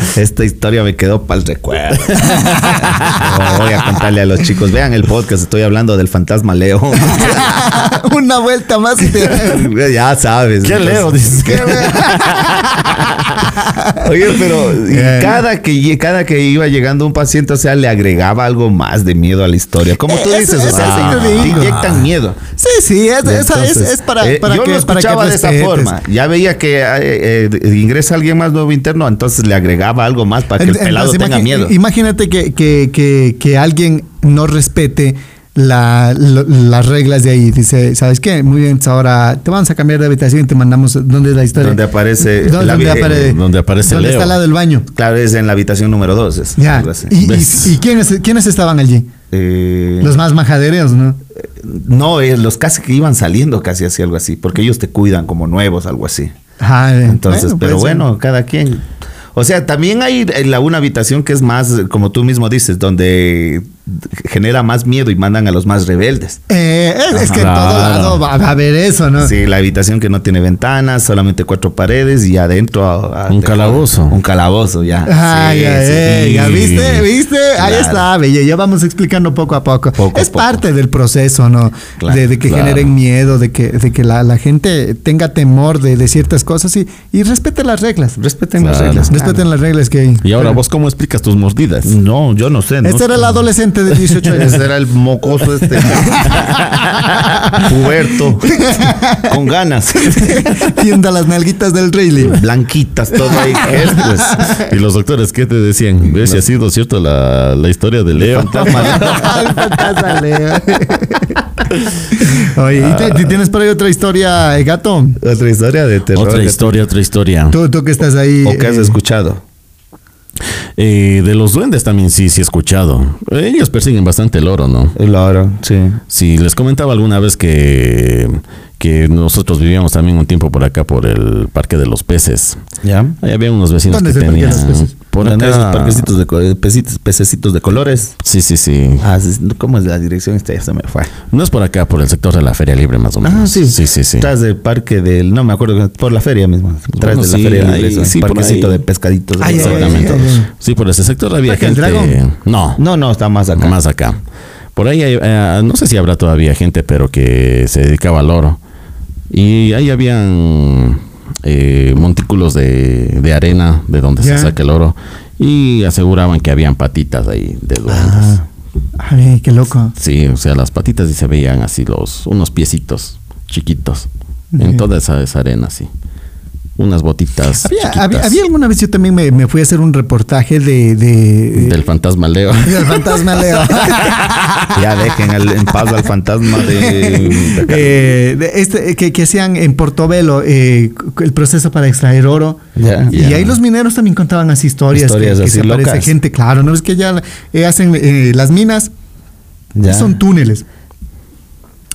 [LAUGHS] Esta historia me quedó para el recuerdo. [LAUGHS] No, voy a contarle a los chicos. Vean el podcast, estoy hablando del fantasma Leo. [LAUGHS]
Una vuelta más y te-
ya sabes.
¿Qué
entonces-
Leo? Dices que-
Oye, pero y
Eh.
cada, que, lle- cada que iba llegando un paciente, o sea, le agregaba algo más de miedo a la historia. Como tú
Eh,
dices,
eso-
o sea,
eso
se-
te
te
digo.
inyectan miedo.
Sí, sí, es, esa es,
Entonces,
es para,
eh,
para
yo
que
lo
para que
escuchaba de esa
respetes.
forma. Ya veía que eh, eh, ingresa alguien más nuevo interno, entonces le agregaba algo más para que el
Entonces,
pelado tenga
imagi-
miedo.
Imagínate que, que- que- que alguien no respete la- lo- las reglas de ahí. Dice, ¿sabes qué? Muy bien, entonces ahora te vamos a cambiar de habitación y te mandamos dónde es la historia.
Donde aparece
¿Dó-
la
donde,
Virgen,
apare-
donde aparece
donde
Leo.
está al lado del baño.
Claro, es en la habitación número 2.
Ya. ¿Y, y,
¿Ves?
y quiénes, quiénes estaban allí? Los más majadereos, ¿no?
Eh, No, eh, los casi que iban saliendo casi así, algo así, porque ellos te cuidan como nuevos, algo así.
Ajá, eh,
Entonces,
bueno,
pero
pues,
bueno, cada quien. O sea, también hay en la, una habitación que es más, eh, como tú mismo dices, donde genera más miedo y mandan a los más rebeldes.
eh, es, es que en
Claro.
todo lado va, va a haber eso, ¿no?
Sí, la habitación que no tiene ventanas, solamente cuatro paredes y adentro... a- a-
Un
te-
calabozo.
Un calabozo, ya.
Ah,
Sí,
ya,
sí.
eh, ya
sí.
viste, viste, ahí
Claro.
está, bella, ya vamos explicando poco a poco.
Poco a
es
poco.
parte del proceso, ¿no?
Claro,
de, de que
claro.
generen miedo, de que, de que la, la gente tenga temor de, de ciertas cosas y, y respete las reglas.
Respeten las
Claro.
reglas.
Respeten las reglas que hay.
Y ahora vos, ¿cómo explicas tus mordidas?
No, yo no sé. no
Este era el adolescente de 18
[LAUGHS]
años.
Ese era el
[LAUGHS]
mocoso este. Puberto. [LAUGHS] Con ganas.
Tienda las nalguitas del Rey Lear.
Blanquitas, todo [LAUGHS] ahí. ¿Qué es, pues?
Y los doctores, ¿qué te decían? ¿Ves si ha sido cierto la, la historia de Leo?
Ay, fantasma, Leo. [LAUGHS] Oye, ¿y te- te tienes por ahí otra historia, eh, gato?
Otra historia de
Este,
terror.
Otra
que-
historia, otra historia.
Tú, tú que estás ahí.
¿O que has
eh,
escuchado?
Eh, de los duendes también sí, sí he escuchado. Ellos persiguen bastante el oro, ¿no?
El oro, sí.
Sí, les comentaba alguna vez que, que nosotros vivíamos también un tiempo por acá, por el Parque de los Peces.
¿Ya?
Ahí había unos vecinos
¿Dónde
que
es el Parque de los
tenían...
Peces?
por acá-
parquecitos de, co- eh, pecitos- pececitos de colores.
Sí, sí, sí.
Ah, sí, ¿cómo es la dirección? Esta ya se me fue.
No es por acá, por el sector de la Feria Libre más o menos.
Ah, sí.
Sí, sí, sí.
Tras del parque del. No me acuerdo, por la feria mismo. Tras
Bueno,
de la
sí,
feria del
ahí,
Ingreso,
sí, por
parquecito
ahí.
de pescaditos.
Ay, ay, ay,
Exactamente.
ay, ay, ay.
Sí, por ese sector había
¿Parque del
gente...
Dragón?
No,
No, no, está más
[LAUGHS]
acá.
más acá. Por ahí, hay, eh, no sé si habrá todavía gente, pero que se dedicaba al oro. Y ahí habían eh, montículos de, de arena de donde
Ya.
se saca el oro. Y aseguraban que habían patitas ahí de duendes.
Ah. Ay, qué loco.
Sí, o sea, las patitas y se veían así los, unos piecitos chiquitos
Ujú.
en toda esa, esa arena, así. Unas botitas
Había,
chiquitas
había- había alguna vez yo también me, me fui a hacer un reportaje de. de-
del fantasma
[LAUGHS]
Leo.
del fantasma
[LAUGHS]
Leo.
Ya dejen al- en paz al
[LAUGHS]
fantasma de.
Eh, de este, que, que hacían en Portobelo eh, c- el proceso para extraer oro.
Ya.
Y
Ya.
ahí los mineros también contaban así historias. que-
Historias
que,
así
se aparece
locas.
gente, claro, ¿no? Es que ya eh, hacen eh, las minas,
Ya.
son túneles.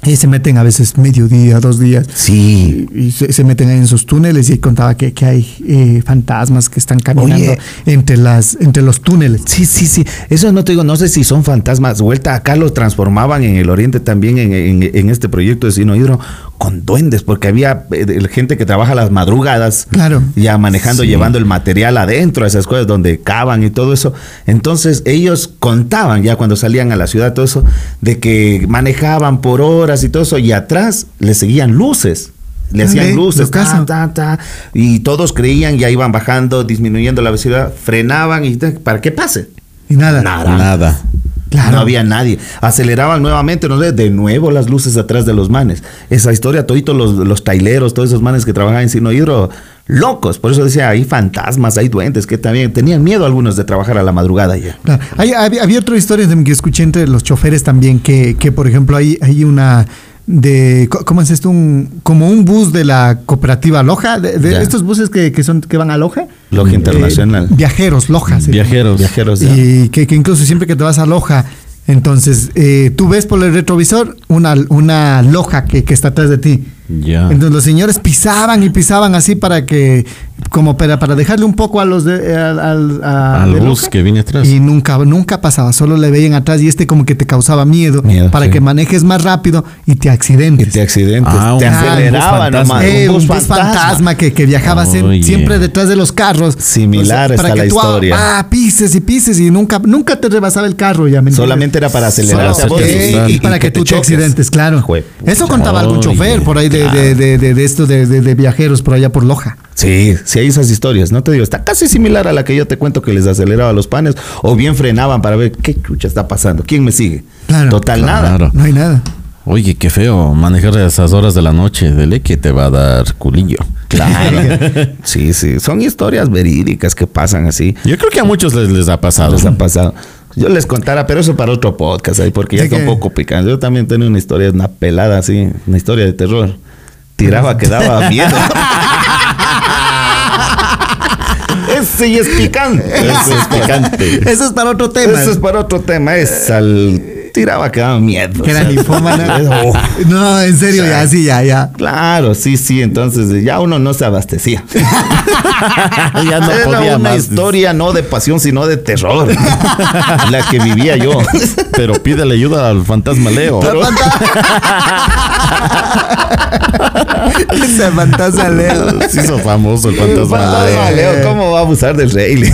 Y se meten a veces mediodía, dos días.
Sí.
Y, y se, se meten ahí en sus túneles y contaba que, que hay eh, fantasmas que están caminando
Oye.
entre, las, entre los túneles.
Sí, sí, sí. Eso no te digo, no sé si son fantasmas. Vuelta acá los transformaban en el Oriente también en, en- en este proyecto de Sinohidro con duendes, porque había eh, de- gente que trabaja las madrugadas.
Claro.
Ya manejando,
Sí.
llevando el material adentro a esas cosas donde cavan y todo eso. Entonces ellos contaban ya cuando salían a la ciudad todo eso, de que manejaban por horas y todo eso, y atrás le seguían luces. Le hacían
Ándale,
luces,
lo caso.
ta, ta, ta, y todos creían, ya iban bajando, disminuyendo la velocidad, frenaban y ta, para que pase.
Y nada.
Nada.
Nada.
Claro.
No había nadie. Aceleraban nuevamente, no sé, de nuevo las luces atrás de los manes. Esa historia, todito los, los taileros, todos esos manes que trabajaban en Sinohidro, locos. Por eso decía, hay fantasmas, hay duendes, que también tenían miedo algunos de trabajar a la madrugada ya.
Claro. Hay, había, había otra historia de- que escuché entre los choferes también, que, que por ejemplo hay, hay una de co- cómo es esto un como un bus de la cooperativa Loja de, de
Ya.
estos buses que, que son que van a Loja
Loja
Eh,
Internacional.
viajeros Loja se llama.
Viajeros.
Viajeros ya.
y que, que incluso siempre que te vas a Loja entonces eh, tú ves por el retrovisor una una Loja que, que está atrás de ti
Ya.
entonces los señores pisaban y pisaban así para que como para, para dejarle un poco a los de, al, al- a-
Al
de
bus
Loja.
que viene atrás.
Y nunca, nunca pasaba, solo le veían atrás y este como que te causaba miedo,
Miedo,
para
sí.
que manejes más rápido y te
Y
accidentes.
te accidentes,
Ah,
te
un- ah, un bus
aceleraban
fantasma.
nomás.
Eh, un bus fantasma, que, que viajaba sie-
Oye.
siempre detrás de los carros.
Similar está la historia.
Ah, pises y pises y nunca, nunca te rebasaba el carro ya. ¿me entiendes?
Solamente era para acelerar.
acelerarse a vos
Solo-
y-
eh, y,
y
para que, tú te
choques.
accidentes, claro.
Jue-
Eso contaba algún
Oye,
chofer por ahí de, de, de, de- de esto de, de- de viajeros por allá por Loja.
Sí, sí hay esas historias, no te digo, está casi similar a la que yo te cuento que les aceleraba los panes o bien frenaban para ver qué chucha está pasando, quién me sigue.
Claro.
Total nada.
[LAUGHS] Claro.
No hay nada.
Oye, qué feo manejar a esas horas de la noche. Dele que te va a dar culillo.
Claro. sí, sí. Son historias verídicas que pasan así.
Yo creo que a muchos les, les ha pasado. [LAUGHS]
[LAUGHS] Nos han pasado. Yo les contara, pero eso para otro podcast ahí, porque ya
¿De
está un
qué?
poco picante. Yo también tenía una historia, una pelada así, una historia de terror. Tiraba,
[LAUGHS]
quedaba miedo. [LAUGHS] Ese sí es picante.
Ese
[LAUGHS]
es picante.
Eso es para otro tema.
Eso es para otro tema. Es al tiraba, quedaba miedo.
Que era
O sea, [LAUGHS]
linfómana.
Oh.
No, en serio, ya, sí, ya, ya.
Claro, sí, sí. Entonces ya uno no se [LAUGHS] abastecía.
ya no
Era
podía
una
más.
historia no de pasión, sino de [LAUGHS] terror. la que vivía yo. [LAUGHS]
Pero pídele ayuda al fantasma Leo.
[LAUGHS]
Pero-
Se fantasma Leo.
Se hizo famoso el
[LAUGHS]
fantasma
Fantasma
Leo.
Leo, ¿cómo va a abusar del rey? [LAUGHS]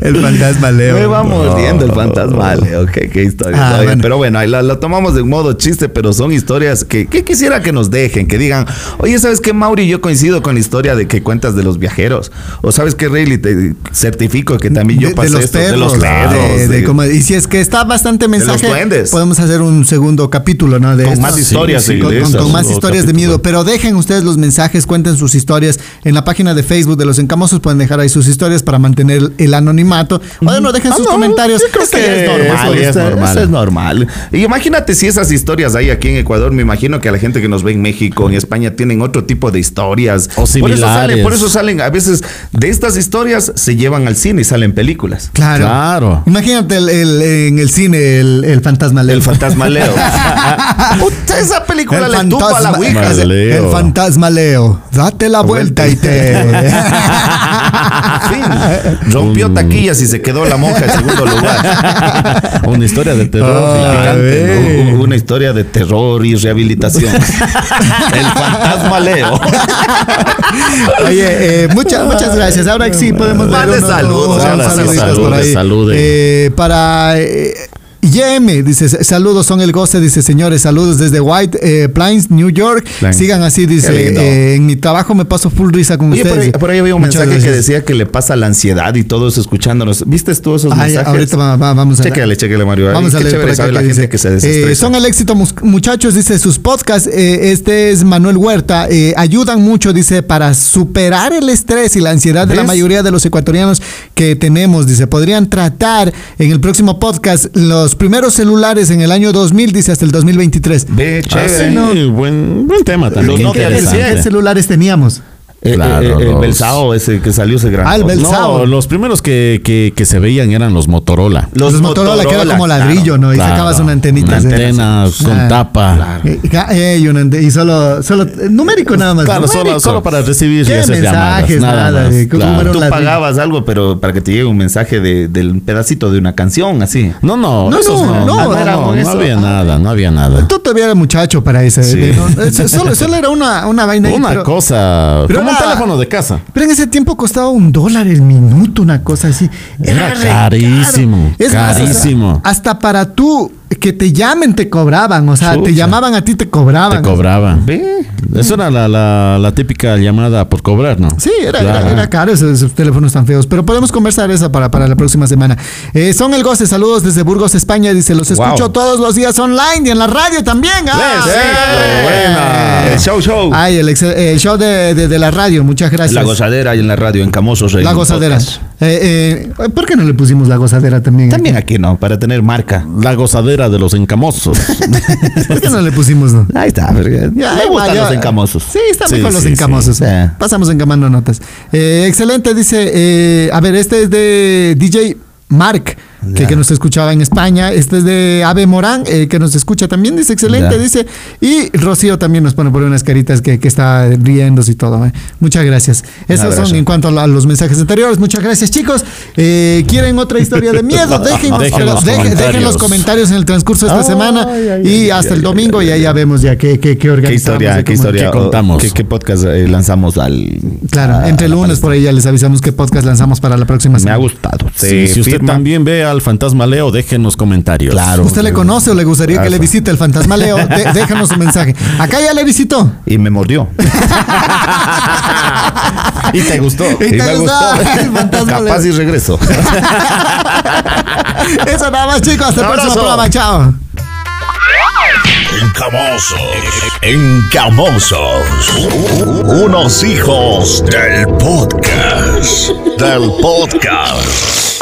El fantasma Leo.
Me va
No.
mordiendo el fantasma Leo. Qué, qué historia.
Ah,
Oye,
bueno.
Pero bueno, ahí la, la tomamos de modo chiste, pero son historias que, que quisiera que nos dejen, que digan, oye, ¿sabes qué, Mauri? Yo coincido con la historia de que cuentas de los viajeros. O ¿sabes qué, Rayleigh? Te certifico que también yo
de,
pasé
de los
esto,
perros,
de los perros.
de- de
de-
cómo- y si es que está bastante
los
mensaje,
duendes.
podemos hacer un segundo capítulo, ¿no? De
Con
esto.
más historias
sí,
de-
con,
de
con-
esas.
con más
Otro
historias de
capítulo.
miedo. Pero dejen ustedes los mensajes, cuenten sus historias. En la página de Facebook de Los Encamosos pueden dejar ahí sus historias para mantener el anonimato. Bueno, dejen
Ah,
sus
no,
comentarios.
yo creo
Esto
que
ya
es normal,
Eh, eso
ya
eso
es normal.
eso es normal. Y imagínate si esas historias hay aquí en Ecuador, me imagino que a la gente que nos ve en México, en España, tienen otro tipo de historias.
O
Por eso, salen,
similares.
por eso salen, a veces de estas historias se llevan al cine y salen películas.
Claro.
Claro.
Imagínate el, el- en el cine el, el fantasma Leo.
El
[LAUGHS]
fantasma Leo. Puta, esa película
El
le tupa a la
fantasma-
Ouija.
Madre. Leo.
El fantasma Leo. Date la vuelta y [LAUGHS] te.
Fin. Rompió taquillas y se quedó la monja en segundo lugar.
Una historia de terror.
Ah,
picante,
a ver.
¿no?
Hubo- hubo Una historia de terror y rehabilitación. El fantasma Leo.
Oye, eh, muchas, muchas gracias. Ahora sí podemos
Mande
unos-
saludos,
unos
ahora sí,
saluditos
saludos,
por ahí.
saluden.
Eh, para eh, YM, dice, saludos, son el goce, dice, señores, saludos desde White eh, Plains, New York.
Plains.
Sigan así,
Qué
dice,
lindo.
eh, en mi trabajo me paso full risa con
Oye, por ahí,
ustedes.
por ahí había un
Muchas
mensaje que
gracias.
decía que le pasa la ansiedad y todos escuchándonos. ¿Viste tú esos
Ah, ya,
mensajes?
ahorita va- va- vamos a
Chécale, chécale, Mario. Ay,
Vamos a
qué
leer
chévere
por acá
sabe la
que
gente
dice,
que se
eh,
desestresa.
son el éxito, mus- muchachos, dice sus podcasts. eh, este es Manuel Huerta. eh, ayudan mucho, dice, para superar el estrés y la ansiedad de la
¿Ves?
mayoría de los ecuatorianos que tenemos. Dice, podrían tratar en el próximo podcast los primeros celulares en el año 2000, dice, hasta el 2023.
Ve,
Ah,
chévere.
sí, no, buen, buen tema también.
Los
qué
Nokia
¿Qué
interesante.
celulares teníamos?
Eh,
Claro,
eh, eh, el
los-
Belsao ese que salió ese gran.
Ah, el
cosa.
Bel-
No,
Sao.
los primeros que, que- que se veían eran los Motorola.
Los, Motorola, que era como
claro.
ladrillo, ¿no? Y
Claro,
sacabas una antenita.
Una
así.
antena con
Ah,
tapa. Claro,
eh, ca- eh, y, una ante- y solo, solo eh, numérico nada más.
solo,
numérico.
solo para recibir y
¿Qué
hacer llamadas.
mensajes?
Nada,
Nada,
más,
eh, ¿cómo
claro.
era
Tú
ladrillo.
pagabas algo, pero para que te llegue un mensaje de, del pedacito de una canción, así.
No, no,
No,
esos
no,
no,
no,
no,
era
no,
con
no
eso.
había nada, no había nada.
Tú todavía eras muchacho para ese.
Sí.
eh, no, eh,
[LAUGHS]
solo, solo era una, una vaina. ahí,
Una
pero-
cosa,
pero
como un
era-
teléfono de casa.
Pero en ese tiempo costaba un dólar el minuto, una cosa así.
Era
re
carísimo,
caro. más, o sea,
carísimo.
hasta para tú que te llamen te cobraban. O sea,
Chucha.
te llamaban a ti, te cobraban.
Te cobraba.
Ve.
Eso era la, la- la típica llamada por cobrar, ¿no?
Sí, era,
Claro.
era- era caro esos, esos teléfonos tan feos. Pero podemos conversar esa para, para la próxima semana. Eh, son el goce. Saludos desde Burgos, España. Dice, los
Wow.
escucho todos los días online y en la radio también. ¡Ah,
Eso,
sí!
buena. El show, show.
Ay, el, excel- el show de, de- de la radio. Muchas gracias.
La gozadera y en la radio, en Camosos. en
La gozadera.
podcast.
Eh, eh, ¿Por qué no le pusimos la gozadera también?
También aquí no, para tener marca.
La gozadera de los encamosos.
[LAUGHS] ¿Por qué no le pusimos no?
[LAUGHS] Ahí está, verga.
Ya,
Me
ya,
gustan
ya.
los encamosos.
Sí, están
Sí,
mejor los
sí,
encamosos.
sí. Eh.
Pasamos encamando notas. Eh, excelente, dice. eh, a ver, este es de DJ Mark, que, que nos escuchaba en España. Este es de Ave Morán, eh, que nos escucha también. Dice, excelente,
Ya.
dice. Y Rocío también nos pone por unas caritas que, que está riéndose y todo. eh. Muchas gracias. Esos
abrazo.
son en cuanto a lo- a los mensajes anteriores. Muchas gracias, chicos. Eh, ¿Quieren otra historia de
[LAUGHS]
miedo? Dejen,
Dejen los
dejen- dejen
comentarios.
los comentarios en el transcurso de esta semana y hasta el domingo y ahí ya vemos ya qué, qué, qué
¿Qué
organizamos.
historia,
de
qué
cómo-
historia? Oh.
que contamos.
¿Qué, qué podcast eh, lanzamos al.
Claro,
a-
entre
a la
lunes por ahí ya les avisamos qué podcast lanzamos para la próxima
Me ha
semana.
gustado.
Sí, si usted también ve al fantasma Leo, déjenos comentarios. [LAUGHS]
Claro.
¿Usted le conoce o le gustaría que
Claro.
le visite el fantasma Leo?
[LAUGHS]
De- déjanos un mensaje. Acá ya le visitó.
Y me
[LAUGHS]
mordió.
y te gustó.
[LAUGHS] Y te
me
gustó [LAUGHS] el fantasma
Capaz y
Leo.
regreso.
Eso nada más, chicos. Hasta el próximo
Abrazo.
programa. Chao.
Encamosos. Encamosos. Unos hijos del podcast. Del podcast.